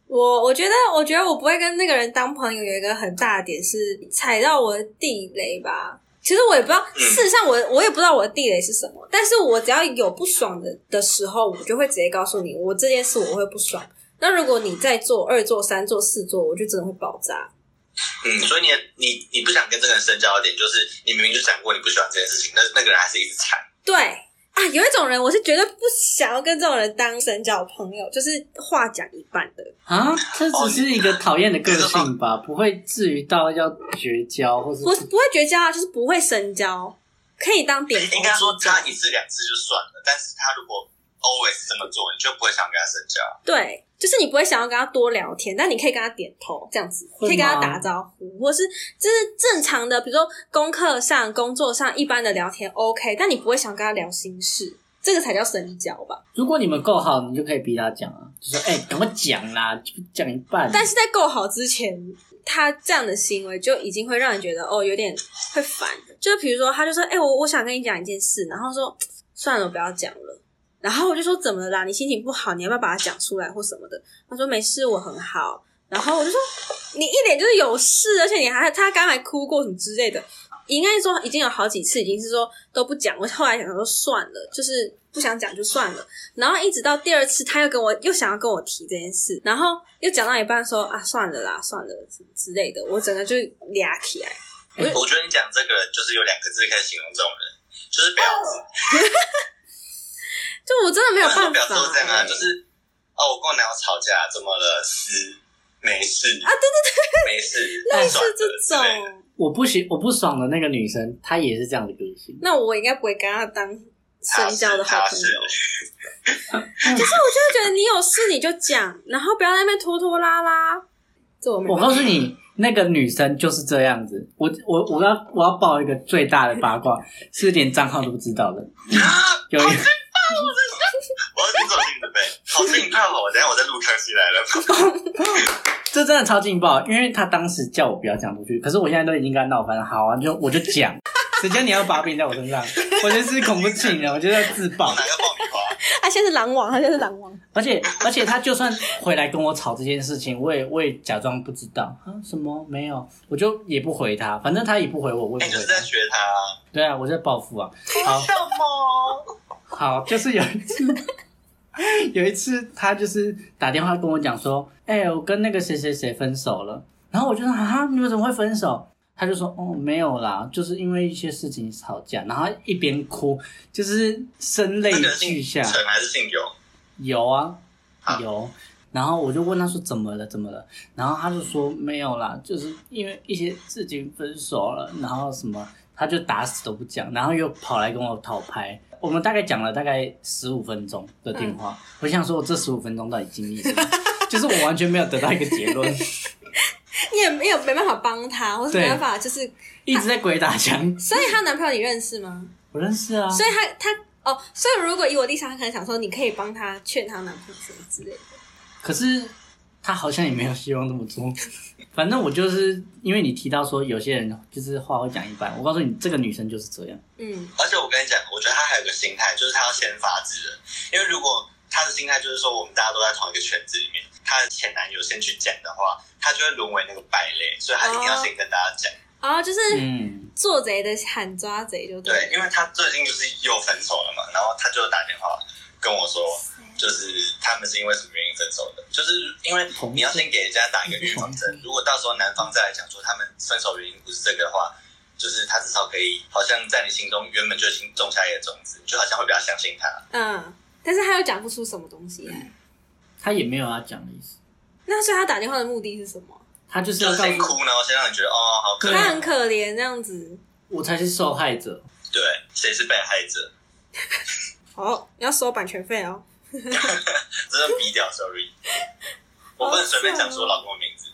Speaker 2: 我我觉得，我觉得我不会跟那个人当朋友，有一个很大的点是踩到我的地雷吧。其实我也不知
Speaker 3: 嗯
Speaker 2: 道，事实上我我也不知道我的地雷是什么，但是我只要有不爽的的时候，我就会直接告诉你，我这件事我会不爽。那如果你再做二做三做四做，我就真的会爆炸。
Speaker 3: 嗯，所以你你你不想跟这个人深交的点，就是你明明就讲过你不喜欢这件事情，那那个人还是一直缠。
Speaker 2: 对啊，啊，有一种人我是绝对不想要跟这种人当深交朋友，就是话讲一半的。
Speaker 1: 啊，这只是一个讨厌的个性
Speaker 3: 哦
Speaker 1: 吧，不会至于到要绝交或是
Speaker 2: 不不会绝交啊，就是不会深交，可以当点头之交。
Speaker 3: 应该说他一次两次就算了，但是他如果 always 这么做，你就不会想跟他深交。
Speaker 2: 对，就是你不会想要跟他多聊天，但你可以跟他点头这样子，
Speaker 1: 会吗
Speaker 2: 可以跟他打招呼，或是就是正常的，比如说功课上、工作上一般的聊天 OK，但你不会想跟他聊心事，这个才叫深交吧？
Speaker 1: 如果你们够好，你就可以逼他讲啊，就 说哎，赶、快讲啦，就讲一半。
Speaker 2: 但是在够好之前，他这样的行为就已经会让人觉得哦，有点会烦。就是比如说，他就说：“哎、我我想跟你讲一件事。”然后说：“算了，我不要讲了。”然后我就说：“怎么了啦？你心情不好，你要不要把它讲出来或什么的？”他说：“没事，我很好。”然后我就说：“你一脸就是有事，而且你还他刚还哭过什么之类的。”应该说已经有好几次，已经是说都不讲。我后来想说算了，就是不想讲就算了。然后一直到第二次，他又跟我又想要跟我提这件事，然后又讲到一半说啊算了啦，算了之类的，我整个就俩起来。
Speaker 3: 我觉得你讲这个人就是有两个字可以形容这种人，就是婊子。
Speaker 2: 就我哦真的没有
Speaker 3: 很多
Speaker 2: 办
Speaker 3: 婊子都
Speaker 2: 法、
Speaker 3: 这样啊，就是哦，我跟我男友吵架，怎么了？是没事啊，对对对，没事，
Speaker 2: 类似
Speaker 3: 算了
Speaker 2: 这
Speaker 3: 之类的
Speaker 2: 种，
Speaker 1: 我不喜我不爽的那个女生，她也是这样的个 性。
Speaker 2: 那我应该不会跟他当深交的好
Speaker 3: 踏
Speaker 2: 朋
Speaker 3: 实
Speaker 2: 友。就觉得你有事你就讲，然后不要在那边拖拖拉拉。这我没
Speaker 1: 我
Speaker 2: 办法
Speaker 1: 告诉你，那个女生就是这样子。我我我要我要爆一个最大的八 卦，是连账号都不知道的。有一
Speaker 3: 我要去做心理准备，好劲爆哦！等一下我在录康熙来了，
Speaker 1: 这真的超劲爆，因为他当时叫我不要讲出去，可是我现在都已经跟他闹翻了。好啊，就我就 讲，谁叫你要把柄在我身上？我就是恐怖情人，我就是要自爆
Speaker 3: 我。拿个爆米花，
Speaker 2: 他现在是狼王，他现在是狼王。
Speaker 1: 而且而且他就算回来跟我吵这件事情，我也我也假装不知道啊，什么没有，我就也不回他，反正他也不回我，我
Speaker 3: 哎，
Speaker 1: 也
Speaker 3: 你
Speaker 1: 不
Speaker 3: 就
Speaker 1: 回
Speaker 3: 是
Speaker 1: 他
Speaker 3: 在。学他啊，
Speaker 1: 对啊，我在报复啊。好。
Speaker 3: 什么？
Speaker 1: 好，就是有一次， 有一次他就是打电话跟我讲说，哎、我跟那个谁谁谁分手了。然后我就说啊，你们怎么会分手？他就说哦，没有啦，就是因为一些事情吵架。然后他一边哭，就是声泪
Speaker 3: 那个人
Speaker 1: 俱
Speaker 3: 姓
Speaker 1: 下。
Speaker 3: 陈还是姓尤？
Speaker 1: 有啊
Speaker 3: 啊，
Speaker 1: 有。然后我就问他说怎么了，怎么了？然后他就说没有啦，就是因为一些事情分手了，然后什么，他就打死都不讲，然后又跑来跟我讨拍。我们大概讲了大概十五分钟的电话，
Speaker 2: 嗯
Speaker 1: 我想说我这十五分钟到底经历什么？就是我完全没有得到一个结 论，
Speaker 2: 你也没有没办法帮他，或是没
Speaker 1: 对
Speaker 2: 办法，就是
Speaker 1: 一直在鬼打墙。
Speaker 2: 所以她男朋友你认识吗？
Speaker 1: 我认识啊，
Speaker 2: 所以她她哦，所以如果以我立场，她可能想说你可以帮她劝她男朋友什么之类的。
Speaker 1: 可是他好像也没有希望这么做。反正我就是因为你提到说有些人就是话会讲一半，我告诉你，这个女生就是这样。
Speaker 2: 嗯，
Speaker 3: 而且我跟你讲，我觉得他还有个心态，就是他要先发制人。因为如果他的心态就是说我们大家都在同一个圈子里面，他的前男友先去讲的话，他就会沦为那个败类，所以他一定要先跟大家讲。
Speaker 2: 哦，就是
Speaker 1: 嗯，
Speaker 2: 做贼的喊抓贼就
Speaker 3: 对，
Speaker 2: 对了。
Speaker 3: 因为他最近就是又分手了嘛，然后他就打电话跟我说，就是他们是因为什么原因分手的，就是因为你要先给人家打一个预防针，如果到时候男方再来讲说他们分手原因不是这个的话。就是他至少可以，好像在你心中原本就已经种下一个种子，就好像会比较相信他。
Speaker 2: 嗯，但是她又讲不出什么东西来。
Speaker 1: 他也没有要讲的意思，
Speaker 2: 那所以她打电话的目的是什么？
Speaker 1: 他就是
Speaker 3: 就
Speaker 1: 要
Speaker 3: 是
Speaker 1: 告
Speaker 3: 先
Speaker 1: 诉
Speaker 3: 哭，然后先让你觉得哦，好可
Speaker 1: 对
Speaker 3: 怜
Speaker 2: 她很可怜这样子。
Speaker 1: 我才是受害者。
Speaker 3: 对，谁是被害者？
Speaker 2: 哦，你要收版权费哦。
Speaker 3: 真的逼掉，sorry，我不能随便讲说老公的名字。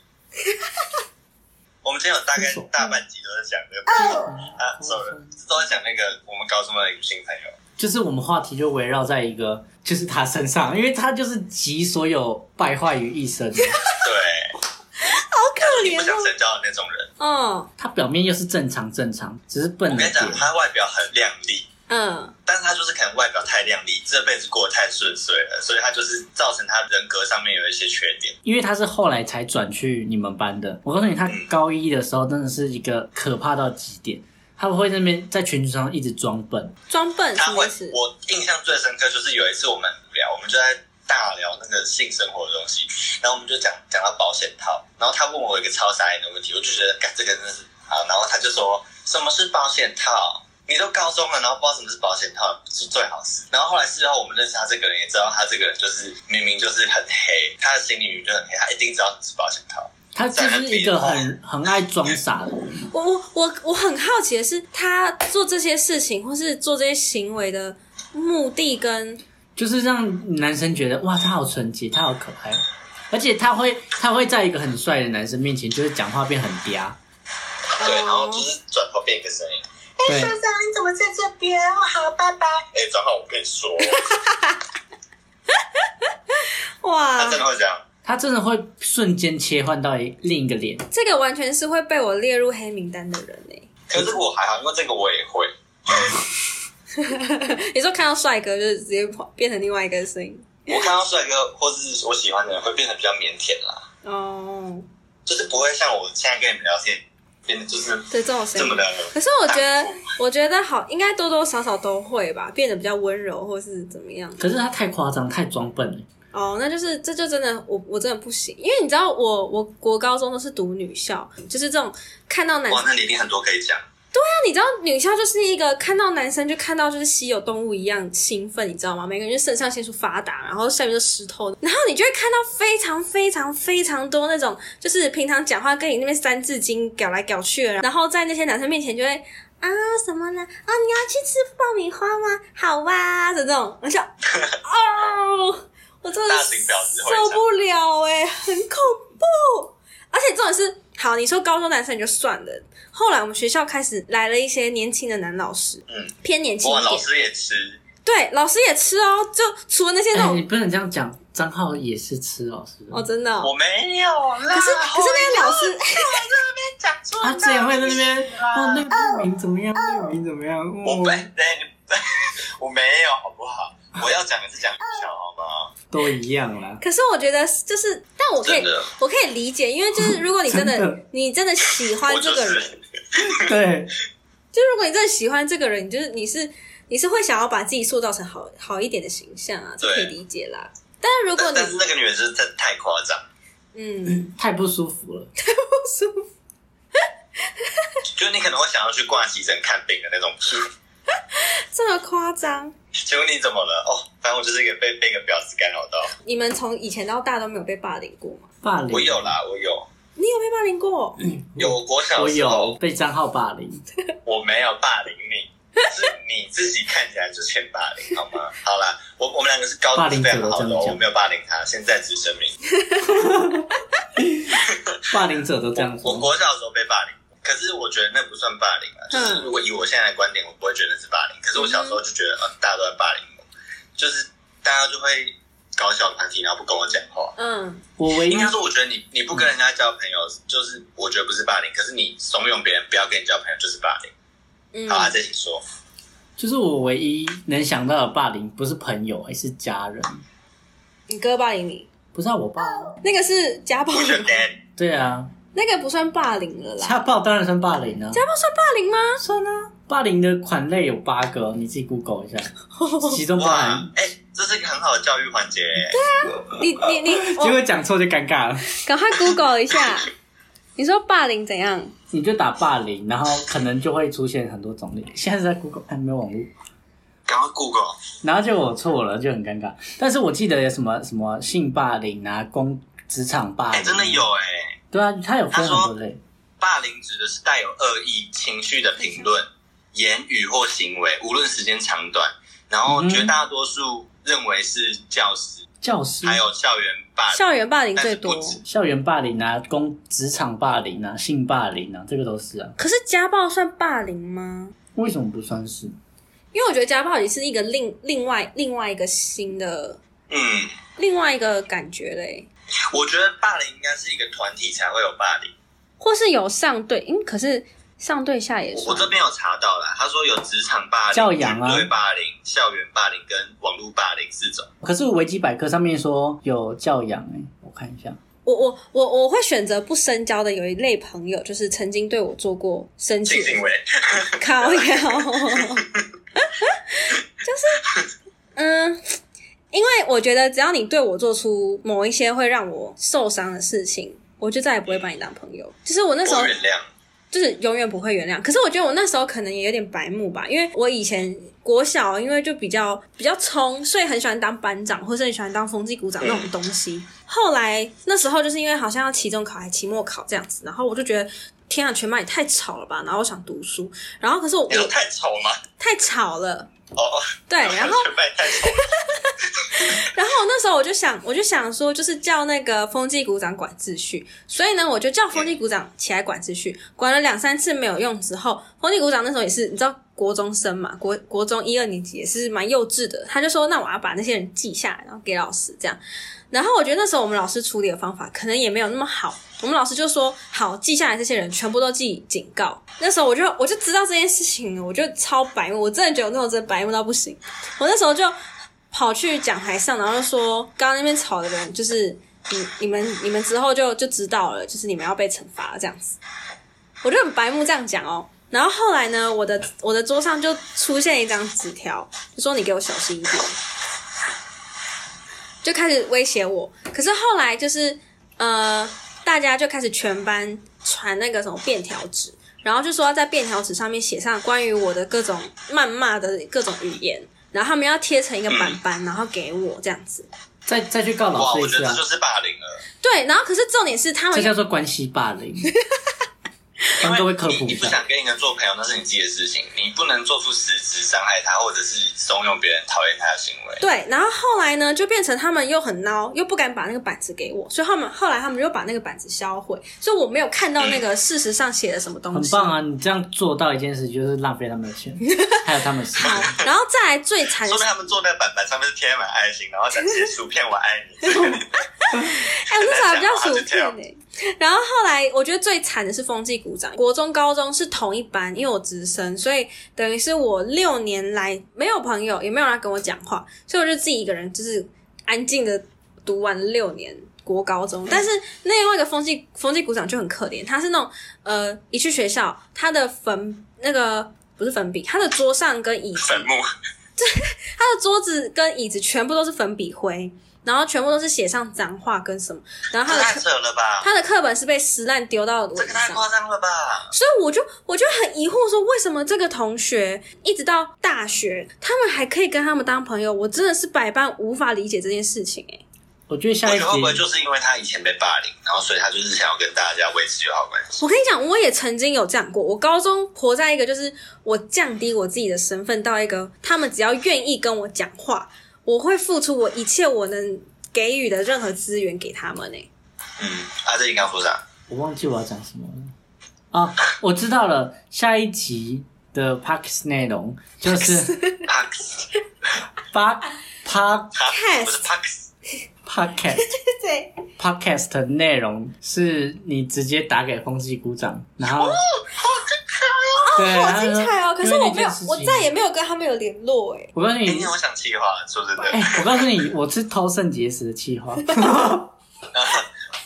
Speaker 3: 我们今天有大概大半集都在讲这个
Speaker 2: 哦
Speaker 3: 啊，sorry，都在讲那个我们高中的女性朋友。
Speaker 1: 就是我们话题就围绕在一个，就是他身上，因为他就是集所有败坏于一身。
Speaker 3: 对，
Speaker 2: 好可
Speaker 3: 你不
Speaker 2: 怜
Speaker 3: 想
Speaker 2: 哦。
Speaker 3: 深交的那种人，
Speaker 2: 嗯
Speaker 1: 他表面又是正常正常，只是笨
Speaker 3: 我
Speaker 1: 了
Speaker 3: 跟你
Speaker 1: 点。
Speaker 3: 讲，他外表很靓丽，
Speaker 2: 嗯，
Speaker 3: 但是他就是可能外表太靓丽，这辈子过得太顺遂了，所以他就是造成他人格上面有一些缺点。
Speaker 1: 因为他是后来才转去你们班的。我告诉你，他高一的时候真的是一个可怕到极点，他会在那边在群组上一直装笨。
Speaker 2: 装笨
Speaker 3: 他
Speaker 2: 什
Speaker 3: 会
Speaker 2: 么意思，？
Speaker 3: 我印象最深刻就是有一次我们聊，我们就在大聊那个性生活的东西，然后我们就讲讲到保险套，然后他问我一个超傻眼的问题，我就觉得，干这个真的是好，然后他就说什么是保险套？你都高中了，然后不知道什么是保险套是最好事。然后后来事后我们认识他这个人，也知道他这个人就是明明就是很黑，他的心里明明就很黑，他一定知道什么是保险套。
Speaker 1: 他就是一个很很爱装傻的人。
Speaker 2: 我我我我很好奇的是，他做这些事情或是做这些行为的目的跟
Speaker 1: 就是让男生觉得哇，他好纯洁，他好可爱，而且他会他会在一个很帅的男生面前，就是讲话变很嗲。
Speaker 3: 对，然后就是转头变一个声音，
Speaker 1: 对
Speaker 3: 哎，学长你怎么在这边？哦好，拜拜。哎，张浩，我跟你说，他
Speaker 2: 哇
Speaker 3: 真，的会这样。
Speaker 1: 他真的会瞬间切换到一另一个脸，
Speaker 2: 这个完全是会被我列入黑名单的人哎、
Speaker 3: 可是我还好，因为这个我也会。
Speaker 2: 你说看到帅哥就是直接跑变成另外一个声音
Speaker 3: 我看到帅哥或是我喜欢的人，会变得比较腼腆啦，
Speaker 2: 哦
Speaker 3: 就是不会像我现在跟你们聊天，变得就是
Speaker 2: 对这种声
Speaker 3: 这
Speaker 2: 音
Speaker 3: 么的。
Speaker 2: 可是我觉得，我觉得好，应该多多少少都会吧，变得比较温柔或是怎么样。
Speaker 1: 可是他太夸张，太装笨了。
Speaker 2: 哦，那就是这就真的我我真的不行，因为你知道我我国高中都是读女校，就是这种看到男
Speaker 3: 哇
Speaker 2: 生，，
Speaker 3: 那你一定很多可以讲。
Speaker 2: 那你知道女校就是一个看到男生就看到就是稀有动物一样兴奋，你知道吗？每个人就肾上腺素发达，然后下面就湿透，然后你就会看到非常非常非常多那种，就是平常讲话跟你那边三字经搞来搞去的，然后在那些男生面前就会。啊什么呢？啊你要去吃爆米花吗？好哇、的这种， 我就哦，我真的
Speaker 3: 大型婊子会
Speaker 2: 受
Speaker 3: 这样
Speaker 2: 不了哎、很恐怖。而且重点是，好，你说高中男生也就算了，后来我们学校开始来了一些年轻的男老师，
Speaker 3: 嗯，
Speaker 2: 偏年轻
Speaker 3: 哇，
Speaker 2: 一
Speaker 3: 老
Speaker 2: 点，
Speaker 3: 师也吃，
Speaker 2: 对，老师也吃哦，就除了那些那
Speaker 1: 哎，
Speaker 2: 种、
Speaker 1: 你不能这样讲，张浩也是吃老师的
Speaker 2: 哦，真的哦、
Speaker 3: 我没有啦。
Speaker 2: 可是可是那些老师，
Speaker 3: 讲出
Speaker 1: 他之前啊会在那边哦，那个那个名怎么样？那个名怎么样？
Speaker 3: 我
Speaker 1: 哦
Speaker 3: 没，对你我没有，好不好？我要讲的是讲学校，好吗？
Speaker 1: 都一样啦。
Speaker 2: 可是我觉得就是，但我可以
Speaker 3: 真的
Speaker 2: 我可以理解，因为就是如果你真的
Speaker 1: 真的
Speaker 2: 你真的喜欢
Speaker 3: 我
Speaker 2: 这
Speaker 3: 就
Speaker 2: 个人，
Speaker 3: 是
Speaker 1: 对，
Speaker 2: 就如果你真的喜欢这个人，你就是你是你是会想要把自己塑造成好好一点的形象啊，这可以
Speaker 3: 对
Speaker 2: 理解啦。但是如果
Speaker 3: 但
Speaker 2: 你
Speaker 3: 但是那个女人真的太夸张，
Speaker 2: 嗯
Speaker 1: 太不舒服了。
Speaker 2: 不舒服，
Speaker 3: 就是你可能会想要去挂急诊看病的那种。
Speaker 2: 这么夸张，
Speaker 3: 请问你怎么了？哦，反正我就是一个被被一个婊子干扰到。
Speaker 2: 你们从以前到大都没有被霸凌过吗？
Speaker 1: 霸凌
Speaker 3: 我有，啦，我有，
Speaker 2: 你有被霸凌过？
Speaker 3: 有我国小
Speaker 1: 我
Speaker 3: 的时候
Speaker 1: 有被张浩霸凌。
Speaker 3: 我没有霸凌你，是你自己看起来就欠霸凌，好吗？好啦，我我们两个是高
Speaker 1: 霸
Speaker 3: 中
Speaker 1: 凌
Speaker 3: 是
Speaker 1: 者
Speaker 3: 非常好
Speaker 1: 这
Speaker 3: 的
Speaker 1: 样
Speaker 3: 哦，
Speaker 1: 讲
Speaker 3: 我没有霸凌他，现在只声明，
Speaker 1: 霸凌者都这样
Speaker 3: 我
Speaker 1: 说。
Speaker 3: 国小的时候被霸凌，可是我觉得那不算霸凌
Speaker 1: 嗯
Speaker 3: 啊，就是如果以我现在的观点，我不会觉得那是霸凌，可是我小时候就觉得，呃，大家都在霸凌我，就是大家就会搞小团体，然后不跟我讲话。
Speaker 2: 嗯，
Speaker 1: 我唯一
Speaker 3: 应该说，我觉得你你不跟人家交朋友，就是我觉得不是霸凌，可是你怂恿别人不要跟你交朋友就是霸凌。
Speaker 2: 嗯
Speaker 3: 好啊，这请说。
Speaker 1: 就是我唯一能想到的霸凌，不是朋友，而是家人。
Speaker 2: 你哥霸凌你，
Speaker 1: 不是啊，我爸啊。
Speaker 2: 那个是家暴
Speaker 3: 我觉得
Speaker 2: 吗，
Speaker 3: Dad
Speaker 1: 对啊，
Speaker 2: 那个不算霸凌了啦。
Speaker 1: 家暴当然算霸凌啊。
Speaker 2: 家暴算霸凌吗？
Speaker 1: 算啊，霸凌的款类有八个，你自己 Google 一下，其中包
Speaker 3: 哇
Speaker 1: 含。，
Speaker 3: 哎、这是一个很好的教育环节。
Speaker 2: 你你你， 我
Speaker 1: 结果讲错就尴尬了，
Speaker 2: 赶快 Google 一下。你说霸凌怎样？
Speaker 1: 你就打霸凌，然后可能就会出现很多种类。现在是在 Google，哎，没有网络。
Speaker 3: 赶快 Google，
Speaker 1: 然后就我错了，就很尴尬。但是我记得有什么什么性霸凌啊，工职场霸凌，
Speaker 3: 哎、
Speaker 1: 啊
Speaker 3: 真的有。哎、
Speaker 1: 对啊，它有分很多类。
Speaker 3: 霸凌指的是带有恶意情绪的评论、言语或行为，无论时间长短。然后
Speaker 1: 嗯
Speaker 3: 绝大多数认为是教师，
Speaker 1: 教师、啊
Speaker 3: 还有校园霸凌，
Speaker 2: 校园霸凌
Speaker 3: 啊但
Speaker 2: 最
Speaker 3: 是
Speaker 2: 多
Speaker 3: 不，止。
Speaker 1: 校园霸凌啊，工职场霸凌啊，性霸凌啊，这个都是啊。
Speaker 2: 可是家暴算霸凌吗？
Speaker 1: 为什么不算是？
Speaker 2: 因为我觉得家暴也是一个另另外另外一个新的
Speaker 3: 嗯，
Speaker 2: 另外一个感觉嘞，
Speaker 3: 我觉得霸凌应该是一个团体才会有霸凌。
Speaker 2: 或是有上对，嗯，可是上对下也
Speaker 3: 我
Speaker 2: 算
Speaker 3: 我这边有查到啦，他说有职场霸凌、
Speaker 1: 教养啊
Speaker 3: 军队霸凌、校园霸凌跟网络霸凌四种。
Speaker 1: 可是维基百科上面说有教养哎、我看一下。
Speaker 2: 我我我我会选择不深交的有一类朋友，就是曾经对我做过生气
Speaker 3: 性行为，
Speaker 2: 靠 腰，就是嗯。因为我觉得，只要你对我做出某一些会让我受伤的事情，我就再也不会把你当朋友。就是我那时候哎
Speaker 3: 不，原谅。
Speaker 2: 就是永远不会原谅。可是我觉得我那时候可能也有点白目吧，因为我以前国小因为就比较比较冲，所以很喜欢当班长，或是很喜欢当风纪股长那种东
Speaker 3: 嗯
Speaker 2: 西。后来那时候就是因为好像要期中考还期末考这样子，然后我就觉得。天啊，全班也太吵了吧！然后我想读书，然后可是我
Speaker 3: 你说哎太吵吗？
Speaker 2: 太吵了。
Speaker 3: 哦，
Speaker 2: 对，哎然后
Speaker 3: 全班也太吵了。
Speaker 2: 然后那时候我就想，我就想说，就是叫那个风纪股长管秩序。所以呢，我就叫风纪股长起来管秩序。管了两三次没有用之后，风纪股长那时候也是，你知道国中生嘛，国国中一二年级也是蛮幼稚的。他就说：“那我要把那些人记下来，然后给老师这样。”然后我觉得那时候我们老师处理的方法可能也没有那么好，我们老师就说好记下来这些人全部都记警告。那时候我就我就知道这件事情了，我就超白目，我真的觉得我那时候真的白目到不行。我那时候就跑去讲台上，然后就说刚刚那边吵的人就是你你们你们之后就就知道了，就是你们要被惩罚这样子。我就很白目这样讲哦。然后后来呢，我的我的桌上就出现一张纸条，就说你给我小心一点。就开始威胁我，可是后来就是呃，大家就开始全班传那个什么便条纸，然后就说要在便条纸上面写上关于我的各种谩骂的各种语言，然后他们要贴成一个板板，然后给我这样子。
Speaker 1: 再再去告
Speaker 3: 哇，
Speaker 1: 老师
Speaker 3: 我
Speaker 1: 一
Speaker 3: 觉
Speaker 1: 次
Speaker 3: 得
Speaker 1: 啊
Speaker 3: 这！就是霸凌了。
Speaker 2: 对，然后可是重点是他
Speaker 1: 这
Speaker 2: 们
Speaker 1: 叫做关系霸 凌。帮各位科
Speaker 3: 你
Speaker 1: 普
Speaker 3: 你
Speaker 1: 一
Speaker 3: 不
Speaker 1: 下，
Speaker 3: 想跟一个人做朋友，那是你自己的事情，你不能做出实质伤害他，或者是怂恿别人讨厌他的行为。
Speaker 2: 对，然后后来呢，就变成他们又很孬，又不敢把那个板子给我，所以他们后来他们就把那个板子销毁，所以我没有看到那个事实上写的什么东
Speaker 1: 很
Speaker 2: 西。
Speaker 1: 棒啊！你这样做到一件事，就是浪费他们的 钱，还有他们的时间。
Speaker 2: 好，然后再来最惨的
Speaker 3: 说
Speaker 2: 是
Speaker 3: 明他们坐在板板上面是贴满爱心，然后想写薯片我爱你。
Speaker 2: 哎、我那时候还不叫薯片呢、然后后来我觉得最惨的是风纪股长，国中、高中是同一班，因为我直升，所以等于是我六年来没有朋友，也没有人来跟我讲话，所以我就自己一个人就是安静的读完六年。国高中，但是另外一个风纪风纪股长就很可怜，他是那种呃，一去学校，他的粉那个不是粉笔，他的桌上跟椅子
Speaker 3: 坟墓，
Speaker 2: 他的桌子跟椅子全部都是粉笔灰，然后全部都是写上脏话跟什么，然后
Speaker 3: 这
Speaker 2: 他的
Speaker 3: 太
Speaker 2: 课
Speaker 3: 扯了吧！
Speaker 2: 他的课本是被撕烂丢到我
Speaker 3: 这
Speaker 2: 身
Speaker 3: 个太
Speaker 2: 上。
Speaker 3: 夸张了吧！
Speaker 2: 所以我就我就很疑惑，说为什么这个同学一直到大学，他们还可以跟他们当朋友？我真的是百般无法理解这件事情、欸。
Speaker 1: 我觉得
Speaker 3: 我
Speaker 1: 下一
Speaker 3: 觉得会不会
Speaker 1: 集
Speaker 3: 就是因为他以前被霸凌，然后所以他就是想要跟大家维持友好关系？
Speaker 2: 我跟你讲，我也曾经有这样过。我高中活在一个就是我降低我自己的身份到一个，他们只要愿意跟我讲话，我会付出我一切我能给予的任何资源给他们、欸。
Speaker 3: 嗯，啊，这你刚说啥？
Speaker 1: 我忘记我要讲什么了啊！我知道了，下一集的 p a r k s 内容就是
Speaker 3: Pax，
Speaker 1: 八 pa
Speaker 2: 哎
Speaker 3: Pax，不是啊 Pax，
Speaker 1: podcast
Speaker 2: 对，
Speaker 1: podcast 的内容是你直接打给风纪股长，然后对，
Speaker 2: 好哦精彩哦！
Speaker 1: 然后
Speaker 2: 可是我
Speaker 1: 因为那
Speaker 2: 没有
Speaker 1: 件事，情
Speaker 2: 我再也没有跟他们有联络、欸。
Speaker 1: 我告诉
Speaker 3: 今
Speaker 1: 你
Speaker 3: 哎天，我想气话了，说真的。
Speaker 1: 嗯哎、我告诉你，我是偷肾结石的气 话。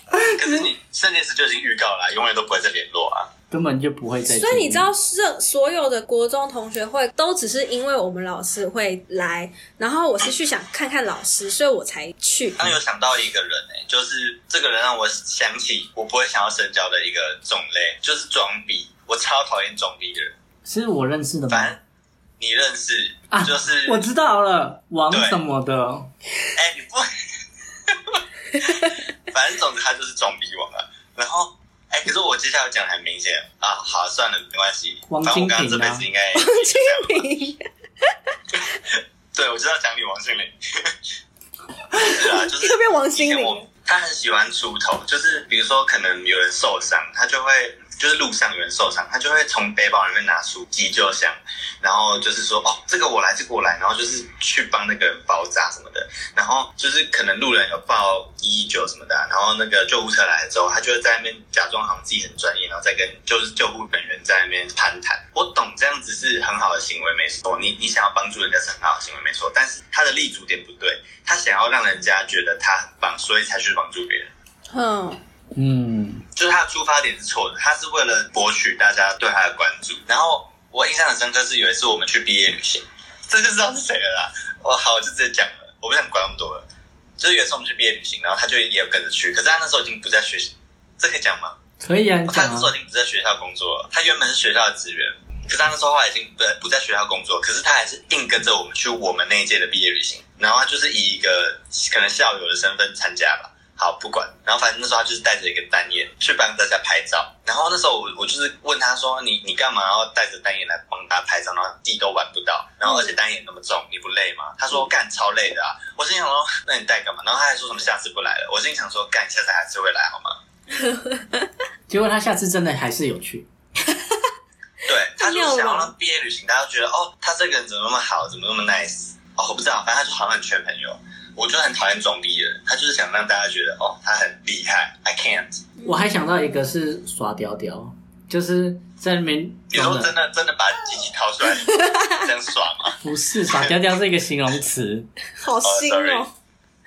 Speaker 3: 可是你圣剑师就已经预告了啊，永远都不会再联络啊。
Speaker 1: 根本就不会再见面。
Speaker 2: 所以你知道，任所有的国中同学会都只是因为我们老师会来，然后我是去想看看老师，所以我才 去。
Speaker 3: 刚有想到一个人、欸，就是这个人让我想起我不会想要深交的一个种类，就是装逼。我超讨厌装逼的人，
Speaker 1: 是我认识的吗
Speaker 3: 反？正你认识，
Speaker 1: 啊
Speaker 3: 就是
Speaker 1: 我知道了，王
Speaker 3: 对
Speaker 1: 什么的，
Speaker 3: 哎、你不， 反正总之他就是装逼王啊。然后，哎、可是我接下来要讲很明显啊，好，算了，没关系，
Speaker 1: 王
Speaker 3: 反正
Speaker 1: 金
Speaker 3: 我刚刚这
Speaker 1: 平
Speaker 3: 辈
Speaker 1: 啊
Speaker 3: 子应该，对我知道讲你王心凌，是啊，就是
Speaker 2: 边王
Speaker 3: 以前我他很喜欢出头，就是比如说可能有人受伤，他就会就是路上有人受伤，他就会从背包里面拿出急救箱，然后就是说哦这个我来这个我来，然后就是去帮那个人包扎什么的，然后就是可能路人有报一一九什么的啊、然后那个救护车来了之后，他就会在那边假装好像自己很专业，然后再跟就是救护人员在那边攀谈。我懂这样子是很好的行为没错，你你想要帮助人家是很好的行为没错，但是他的立足点不对，他想要让人家觉得他很棒，所以才去帮助别人。
Speaker 2: 嗯，
Speaker 1: 嗯，
Speaker 3: 就是他的出发点是错的，他是为了博取大家对他的关注。然后我印象很深刻是有一次我们去毕业旅行，这就知道是谁了啦。我好，我就直接讲了，我不想管那么多了。就是有一次我们去毕业旅行，然后他就也有跟着去，可是他那时候已经不在学校，这可以讲吗？
Speaker 1: 可以啊，你
Speaker 3: 他
Speaker 1: 讲
Speaker 3: 那
Speaker 1: 啊
Speaker 3: 时，候已经不在学校工作了，他原本是学校的职员，可是他那时候后来已经不不在学校工作，可是他还是硬跟着我们去我们那一届的毕业旅行，然后他就是以一个可能校友的身份参加吧。好，不管，然后反正那时候他就是带着一个单眼去帮大家拍照，然后那时候我我就是问他说你你干嘛要带着单眼来帮大家拍照，然后地都玩不到，然后而且单眼那么重，你不累吗？他说干超累的啊，我心想说那你带干嘛？然后他还说什么下次不来了，我心想说干下次还是会来好吗？
Speaker 1: 结果他下次真的还是有去，
Speaker 3: 对，他就是想
Speaker 2: 六
Speaker 3: 要
Speaker 2: 楼
Speaker 3: 让毕业旅行大家觉得哦，他这个人怎么那么好，怎么那么 nice？哦，我不知道，反正他就好像很缺朋友。我就很讨厌装逼的人，他就是想让大家觉得哦，他很厉害。I can't，
Speaker 1: 我还想到一个是耍屌屌，就是在那边
Speaker 3: 有时候
Speaker 1: 装
Speaker 3: 真
Speaker 1: 的，
Speaker 3: 的真的把鸡鸡掏出来，这样爽 吗？
Speaker 1: 不是耍屌屌是一个形容 词
Speaker 2: 好新
Speaker 3: Oh,
Speaker 2: 哦、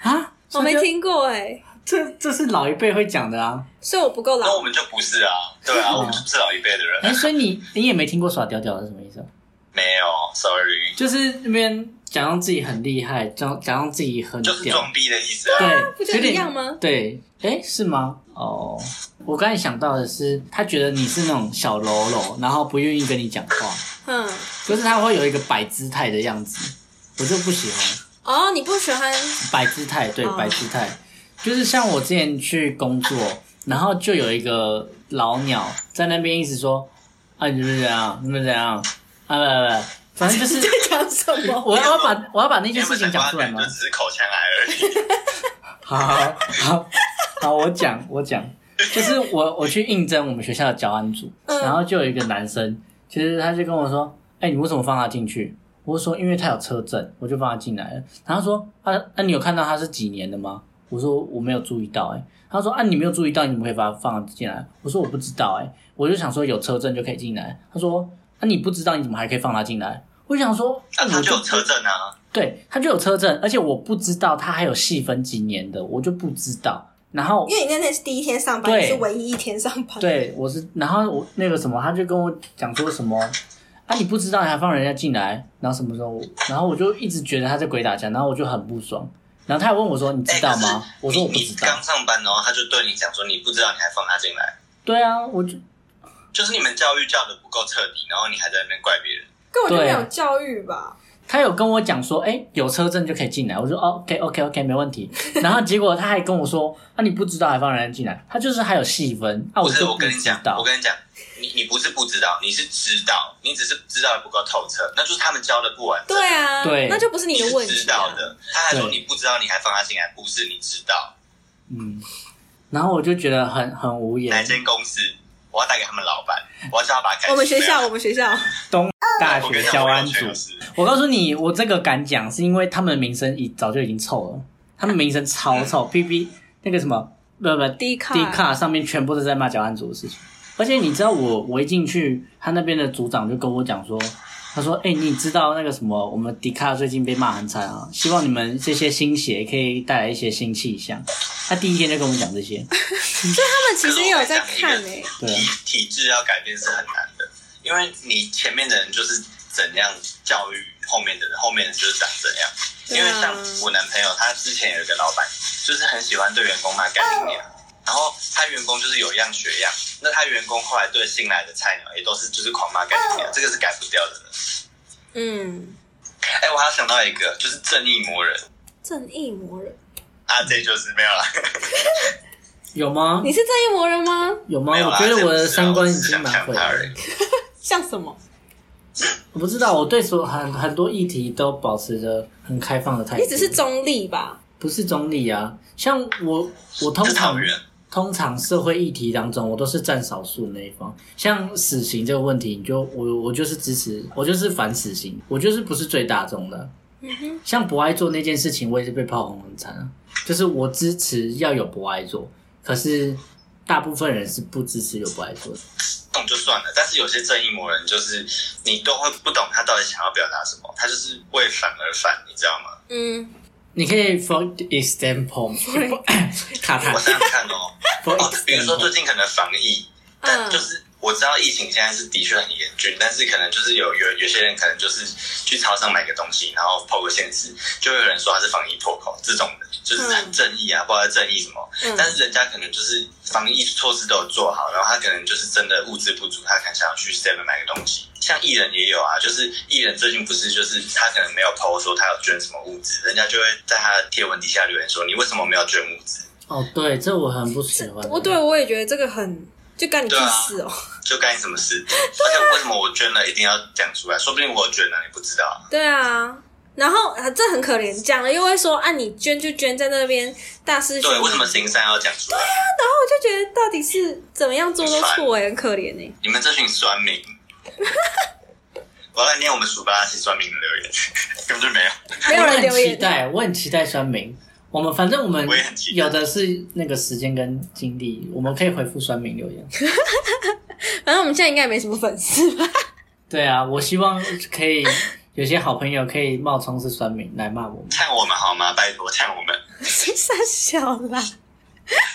Speaker 1: 啊，
Speaker 2: 我没
Speaker 1: 耍屌，
Speaker 2: 听过哎、欸，
Speaker 1: 这这是老一辈会讲的啊，
Speaker 2: 所以我不够
Speaker 3: 那
Speaker 2: 老
Speaker 3: 我。们就不是啊，对 啊，
Speaker 1: 嗯
Speaker 3: 我们就不是老一辈的
Speaker 1: 哎，
Speaker 3: 人，
Speaker 1: 所以你你也没听过耍屌屌是什么意思啊？
Speaker 3: 没有，sorry，
Speaker 1: 就是那边假装自己很厉害，装假装自己很
Speaker 3: 就是
Speaker 1: 屌，
Speaker 3: 装逼的意思啊。
Speaker 1: 对，
Speaker 2: 不就
Speaker 1: 有点
Speaker 2: 一样吗
Speaker 1: 对，哎，是吗？哦，我刚才想到的是，他觉得你是那种小喽啰，然后不愿意跟你讲话，
Speaker 2: 嗯，
Speaker 1: 就是他会有一个摆姿态的样子，我就不喜欢
Speaker 2: 哦，你不喜欢
Speaker 1: 摆姿态，对，
Speaker 2: 哦
Speaker 1: 摆姿态，就是像我之前去工作，然后就有一个老鸟在那边一直说，啊，你们怎样，你们怎样，啊，不不不，反正就是
Speaker 2: 在讲什么？
Speaker 1: 我要把我要把那
Speaker 3: 因
Speaker 1: 件
Speaker 3: 为
Speaker 1: 事情讲出来吗
Speaker 3: 就？只是口腔癌而 已。
Speaker 1: 好好好好，我讲我讲，就是我我去应征我们学校的教安组，
Speaker 2: 嗯
Speaker 1: 然后就有一个男生，其实他就跟我说：“哎、你为什么放他进去？”我就说：“因为他有车证，我就放他进来了。”然后他说：“啊，那、你有看到他是几年的吗？”我说：“我没有注意到。”哎，他说：“啊，你没有注意到，你怎么会把他放进来？”我说：“我不知道。”哎，我就想说有车证就可以进来。他说：“啊，你不知道，你怎么还可以放他进来？”我就想说，
Speaker 3: 那他
Speaker 1: 我
Speaker 3: 就有车证啊，
Speaker 1: 对，他就有车证，而且我不知道他还有细分几年的，我就不知道。然后
Speaker 2: 因为你那天是第一天上班，
Speaker 1: 对
Speaker 2: 你是唯一一天上班。
Speaker 1: 对我是，然后我那个什么，他就跟我讲说什么啊，你不知道你还放人家进来，然后什么时候，然后我就一直觉得他在鬼打墙，然后我就很不爽。然后他还问我说：“你知道吗？” 我说：“我不
Speaker 3: 你
Speaker 1: 知
Speaker 3: 你
Speaker 1: 道。
Speaker 3: 刚上班，然后他就对你讲说你不知道，你还放他进来。”
Speaker 1: 对啊，我就
Speaker 3: 就是你们教育教的不够彻底，然后你还在那边怪别人。
Speaker 2: 根本就没有
Speaker 1: 对
Speaker 2: 教育吧？
Speaker 1: 他有跟我讲说：“哎、有车证就可以进来。”我说、哦、：“OK OK OK，没问题。” 然后结果他还跟我说：“啊，你不知道还放人家进来，他就是还有细分啊。”
Speaker 3: 不是，
Speaker 1: 就
Speaker 3: 我
Speaker 1: 不
Speaker 3: 跟你
Speaker 1: 知
Speaker 3: 讲，
Speaker 1: 道
Speaker 3: 我。跟你讲，你你不是不知道，你是知道，你只是知道的不够透彻，那就是他们教的不完整。
Speaker 2: 对啊，
Speaker 1: 对
Speaker 2: 那就不是你
Speaker 3: 你
Speaker 2: 的
Speaker 3: 是
Speaker 2: 问
Speaker 3: 知
Speaker 2: 题、
Speaker 3: 道
Speaker 2: 啊。
Speaker 3: 的，他还说
Speaker 1: 对
Speaker 3: 你不知道，你还放他进来，不是你知道
Speaker 1: 嗯，然后我就觉得很很无言
Speaker 3: 哪。间公司？我要打给他们老板，我要叫他把他改。
Speaker 2: 我们学校，我们学校，
Speaker 1: 东大
Speaker 3: 我
Speaker 1: 学
Speaker 3: 跟你讲
Speaker 1: 教
Speaker 3: 我
Speaker 1: 安
Speaker 3: 有
Speaker 1: 组
Speaker 3: 学，是
Speaker 1: 我告诉你，我这个敢讲，是因为他们的名声已早就已经臭了，他们名声超
Speaker 3: 嗯
Speaker 1: 臭，P P 那个什么不不
Speaker 2: D 卡
Speaker 1: D 卡上面全部都在骂教安组的事情。而且你知道我我一进去，他那边的组长就跟我讲说，他说：“哎、你知道那个什么，我们迪卡最近被骂很惨啊，希望你们这些新血可以带来一些新气象。”他第一天就跟我们讲这些，
Speaker 2: 他们其实也有在看欸诶、
Speaker 1: 对啊
Speaker 3: 体，体制要改变是很难的，因为你前面的人就是怎样教育后面的人，后面的人就是长怎样。
Speaker 2: 对
Speaker 3: 因
Speaker 2: 啊
Speaker 3: 为像我男朋友，他之前有一个老板，就是很喜欢对员工骂干你娘，然后他员工就是有样学样，那他员工后来对新来的菜鸟也都是就是狂骂干你娘，这个是改不掉的。
Speaker 2: 嗯，
Speaker 3: 哎、我还想到一个，就是正义魔人，
Speaker 2: 正义魔人，
Speaker 3: 啊，这就是没有啦，
Speaker 1: 有吗
Speaker 2: 你？是正义魔人吗？
Speaker 1: 有吗？
Speaker 3: 没有
Speaker 1: 我
Speaker 3: 啦，
Speaker 1: 觉得我的
Speaker 3: 这不是啊
Speaker 1: 三观已
Speaker 3: 我只是
Speaker 1: 经
Speaker 3: 想
Speaker 1: 蛮
Speaker 3: 象
Speaker 1: 毁
Speaker 3: 他
Speaker 1: 了
Speaker 3: 而。已。
Speaker 2: 像什么？
Speaker 1: 我不知道，我对所有很很多议题都保持着很开放的态度。
Speaker 2: 你只是中立吧？
Speaker 1: 不是中立啊？像我，我通
Speaker 3: 是
Speaker 1: 常
Speaker 3: 草原，
Speaker 1: 通常社会议题当中，我都是占少数的那一方。像死刑这个问题，你就我我就是支持，我就是反死刑，我就是不是最大众的。
Speaker 2: 嗯哼，
Speaker 1: 像博爱做那件事情，我也是被炮轰很惨啊。就是我支持要有博爱做，可是大部分人是不支持有博爱做的。
Speaker 3: 懂就算了，但是有些正义魔人就是你都会不懂他到底想要表达什么，他就是为反而反，你知道吗？
Speaker 2: 嗯，
Speaker 1: 你可以 for example，卡
Speaker 3: 我
Speaker 1: 卡
Speaker 3: 想想看哦，
Speaker 1: for
Speaker 3: 哦，比如说
Speaker 1: example，
Speaker 3: 最近可能防疫，但
Speaker 2: 嗯
Speaker 3: 就，是我我知道疫情现在是的确很严峻，但是可能就是有有有些人可能就是去超商买个东西，然后抛个限制，就会有人说他是防疫破口这种的，就是很正义啊，不知道在正义什么。
Speaker 2: 嗯
Speaker 3: 但是人家可能就是防疫措施都有做好，然后他可能就是真的物资不足，他可能想要去 Seven 买个东西。像艺人也有啊，就是艺人最近不是就是他可能没有 PO 说他有捐什么物资，人家就会在他的贴文底下留言说你为什么没有捐物资？
Speaker 1: 哦，对，这我很不喜欢。
Speaker 4: 我对我也觉得这个很就干你
Speaker 3: 啊
Speaker 4: 屁事哦。
Speaker 3: 就干你什么事？而且为什么我捐了一定要讲出来？说不定我捐了你不知道啊。
Speaker 4: 对啊，
Speaker 2: 然后啊这很可怜，讲了又会说啊，你捐就捐在那边大师兄，
Speaker 3: 对，为什么行善要讲出来？
Speaker 2: 我就觉得到底是怎么样做都错哎、很可怜哎、
Speaker 3: 你们这群酸民！我要来念我们数八拉西酸民的留言， 根本就没有。
Speaker 2: 没有人
Speaker 1: 我
Speaker 2: 留
Speaker 1: 很期
Speaker 2: 言。
Speaker 1: 待，我很期待酸民。我们反正我们
Speaker 3: 我也很期待
Speaker 1: 有的是那个时间跟精力，我们可以回复酸民留言。
Speaker 2: 反正我们现在应该也没什么粉丝 吧？
Speaker 1: 对啊，我希望可以有些好朋友可以冒充是酸民来骂我们。
Speaker 3: 看我们好吗？拜托，看我们，
Speaker 2: 谁傻笑啦？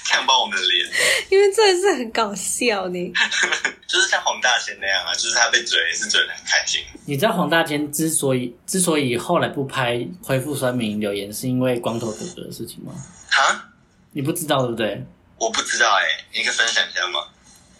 Speaker 3: 看爆我们的脸，
Speaker 2: 因为真的是很搞笑呢。
Speaker 3: 就是像黄大仙那样啊，就是他被嘴也是嘴的很开心。
Speaker 1: 你知道黄大千之所以之所以后来不拍回复酸民留言，是因为光头哥哥的事情吗？
Speaker 3: 哈，
Speaker 1: 你不知道对不对？
Speaker 3: 我不知道哎、你可以分享一下吗？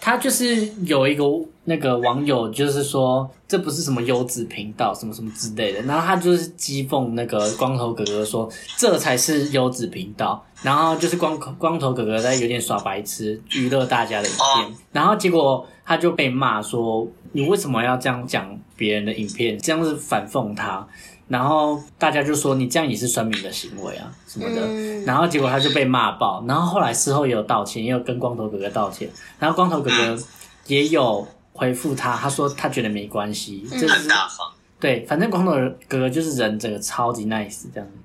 Speaker 1: 他就是有一个那个网友，就是说这不是什么优质频道，什么什么之类的。然后他就是讥讽那个光头哥哥说，这才是优质频道。然后就是光光头哥哥在有点耍白痴，娱乐大家的影片。然后结果他就被骂说，你为什么要这样讲别人的影片？这样是反讽他。然后大家就说你这样也是酸民的行为啊什么的。
Speaker 2: 嗯
Speaker 1: 然后结果他就被骂爆，然后后来事后也有道歉，也有跟光头哥哥道歉，然后光头哥
Speaker 3: 嗯
Speaker 1: 哥也有回复他，他说他觉得没关系，
Speaker 2: 嗯
Speaker 1: 这
Speaker 3: 很
Speaker 1: 是
Speaker 3: 大方，
Speaker 1: 对，反正光头哥哥就是人整个超级 nice 这样子。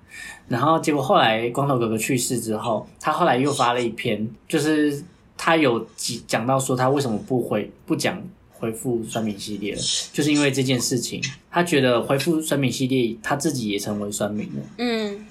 Speaker 1: 然后结果后来光头哥哥去世之后，他后来又发了一篇，就是他有几讲到说他为什么不回不讲回复酸民系列了，就是因为这件事情，他觉得回复酸民系列他自己也成为酸民了。
Speaker 2: 嗯，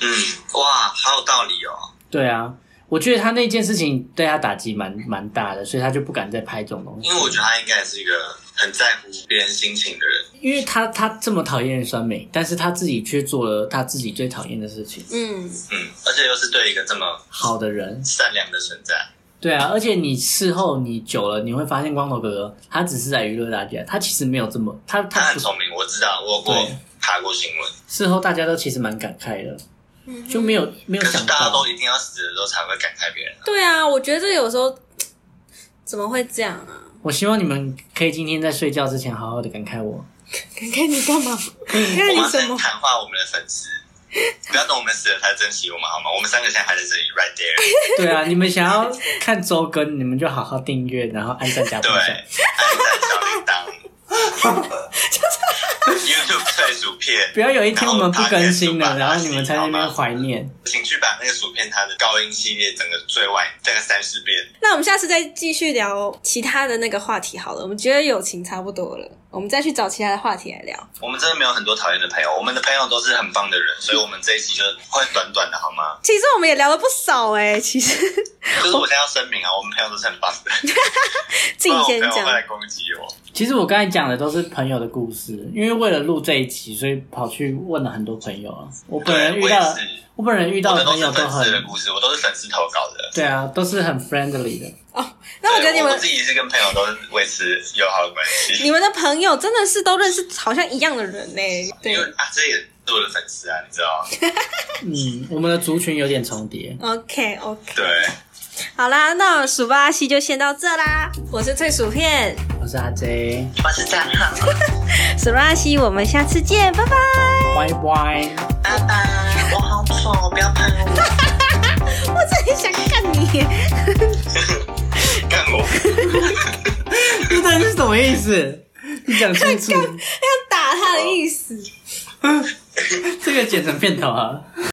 Speaker 3: 嗯，哇，好有道理哦。
Speaker 1: 对啊，我觉得他那件事情对他打击蛮蛮大的，所以他就不敢再拍这种东西。
Speaker 3: 因为我觉得他应该也是一个很在乎别人心情的人。
Speaker 1: 因为他他这么讨厌酸梅，但是他自己却做了他自己最讨厌的事情。
Speaker 2: 嗯，
Speaker 3: 嗯，而且又是对一个这么
Speaker 1: 好的人，
Speaker 3: 善良的存在。
Speaker 1: 对啊，而且你事后你久了，你会发现光头哥哥他只是在娱乐大家，他其实没有这么他
Speaker 3: 他
Speaker 1: 他
Speaker 3: 很聪明，我知道，我我
Speaker 1: 对
Speaker 3: 爬过新闻，
Speaker 1: 事后大家都其实蛮感慨的，就没有没有
Speaker 3: 嗯可是
Speaker 1: 想
Speaker 3: 大家
Speaker 1: 到
Speaker 3: 都，一定要死的时候才会感慨别人。
Speaker 2: 对啊，我觉得这有时候怎么会这样啊？
Speaker 1: 我希望你们可以今天在睡觉之前好好的感慨我。
Speaker 2: 看看你干嘛？看看
Speaker 3: 嗯我
Speaker 2: 你
Speaker 3: 们要
Speaker 2: 什
Speaker 3: 先
Speaker 2: 么？
Speaker 3: 谈话我们的粉丝，不要等我们死了才珍惜我们好吗？我们三个现在还在这里，right there。
Speaker 1: 对啊，你们想要看周更，你们就好好订阅，然后按赞加
Speaker 3: 对，
Speaker 1: 分享。
Speaker 3: 按赞小 铃铛。YouTube 退薯片，
Speaker 1: 不要有一天我们不更新了，
Speaker 3: 然
Speaker 1: 然
Speaker 3: 后
Speaker 1: 后
Speaker 3: 你
Speaker 1: 你
Speaker 3: 们
Speaker 1: 们
Speaker 3: 才
Speaker 1: 在
Speaker 3: 在那
Speaker 1: 那
Speaker 3: 边
Speaker 1: 边怀念。
Speaker 3: 请去把那个薯片它的高音系列整个追完，大概三十遍。
Speaker 2: 那我们下次再继续聊其他的那个话题好了。我们觉得友情差不多了，我们再去找其他的话题来聊。
Speaker 3: 我们真的没有很多讨厌的朋友，我们的朋友都是很棒的人，所以我们这一期就会短短的好吗？
Speaker 2: 其实我们也聊了不少哎、其实
Speaker 3: 就是我现在要声明啊，我们朋友都是很棒的，
Speaker 2: 自己先
Speaker 3: 哦不然我朋友
Speaker 2: 讲
Speaker 3: 会。来攻击我。
Speaker 1: 其实我刚才讲的都是朋友的故事，因为为了录这一集，所以跑去问了很多朋友啊。我本人
Speaker 3: 对，
Speaker 1: 遇
Speaker 3: 我也
Speaker 1: 到的，
Speaker 3: 是，
Speaker 1: 我本人遇
Speaker 3: 我
Speaker 1: 到
Speaker 3: 的
Speaker 1: 的
Speaker 3: 都
Speaker 1: 朋
Speaker 3: 是
Speaker 1: 友都
Speaker 3: 粉丝的
Speaker 1: 很，
Speaker 3: 故事，我都是粉丝投稿的。
Speaker 1: 对啊，都是很 friendly 的。
Speaker 2: 哦那我
Speaker 3: 对
Speaker 2: 觉得你们
Speaker 3: 自己是跟朋友都是维持友好的关系，
Speaker 2: 你们的朋友真的是都认识好像一样的人呢、对
Speaker 3: 因为啊，这也是我的粉丝啊，你知道？
Speaker 1: 嗯，我们的族群有点重叠。
Speaker 2: ，OK OK，
Speaker 3: 对，
Speaker 2: 好啦，那数巴西就先到这啦。我是脆薯片，
Speaker 1: 我是阿 J，
Speaker 3: 我是张浩，
Speaker 2: 数巴西，我们下次见，拜拜。
Speaker 1: 拜 拜。
Speaker 3: 拜拜，我好丑，不要拍我，
Speaker 2: 我真的很想看你。
Speaker 3: 干我，
Speaker 1: 这到底是什么意思？你讲清楚，
Speaker 2: 打他的意思。
Speaker 1: 这个剪成片头啊。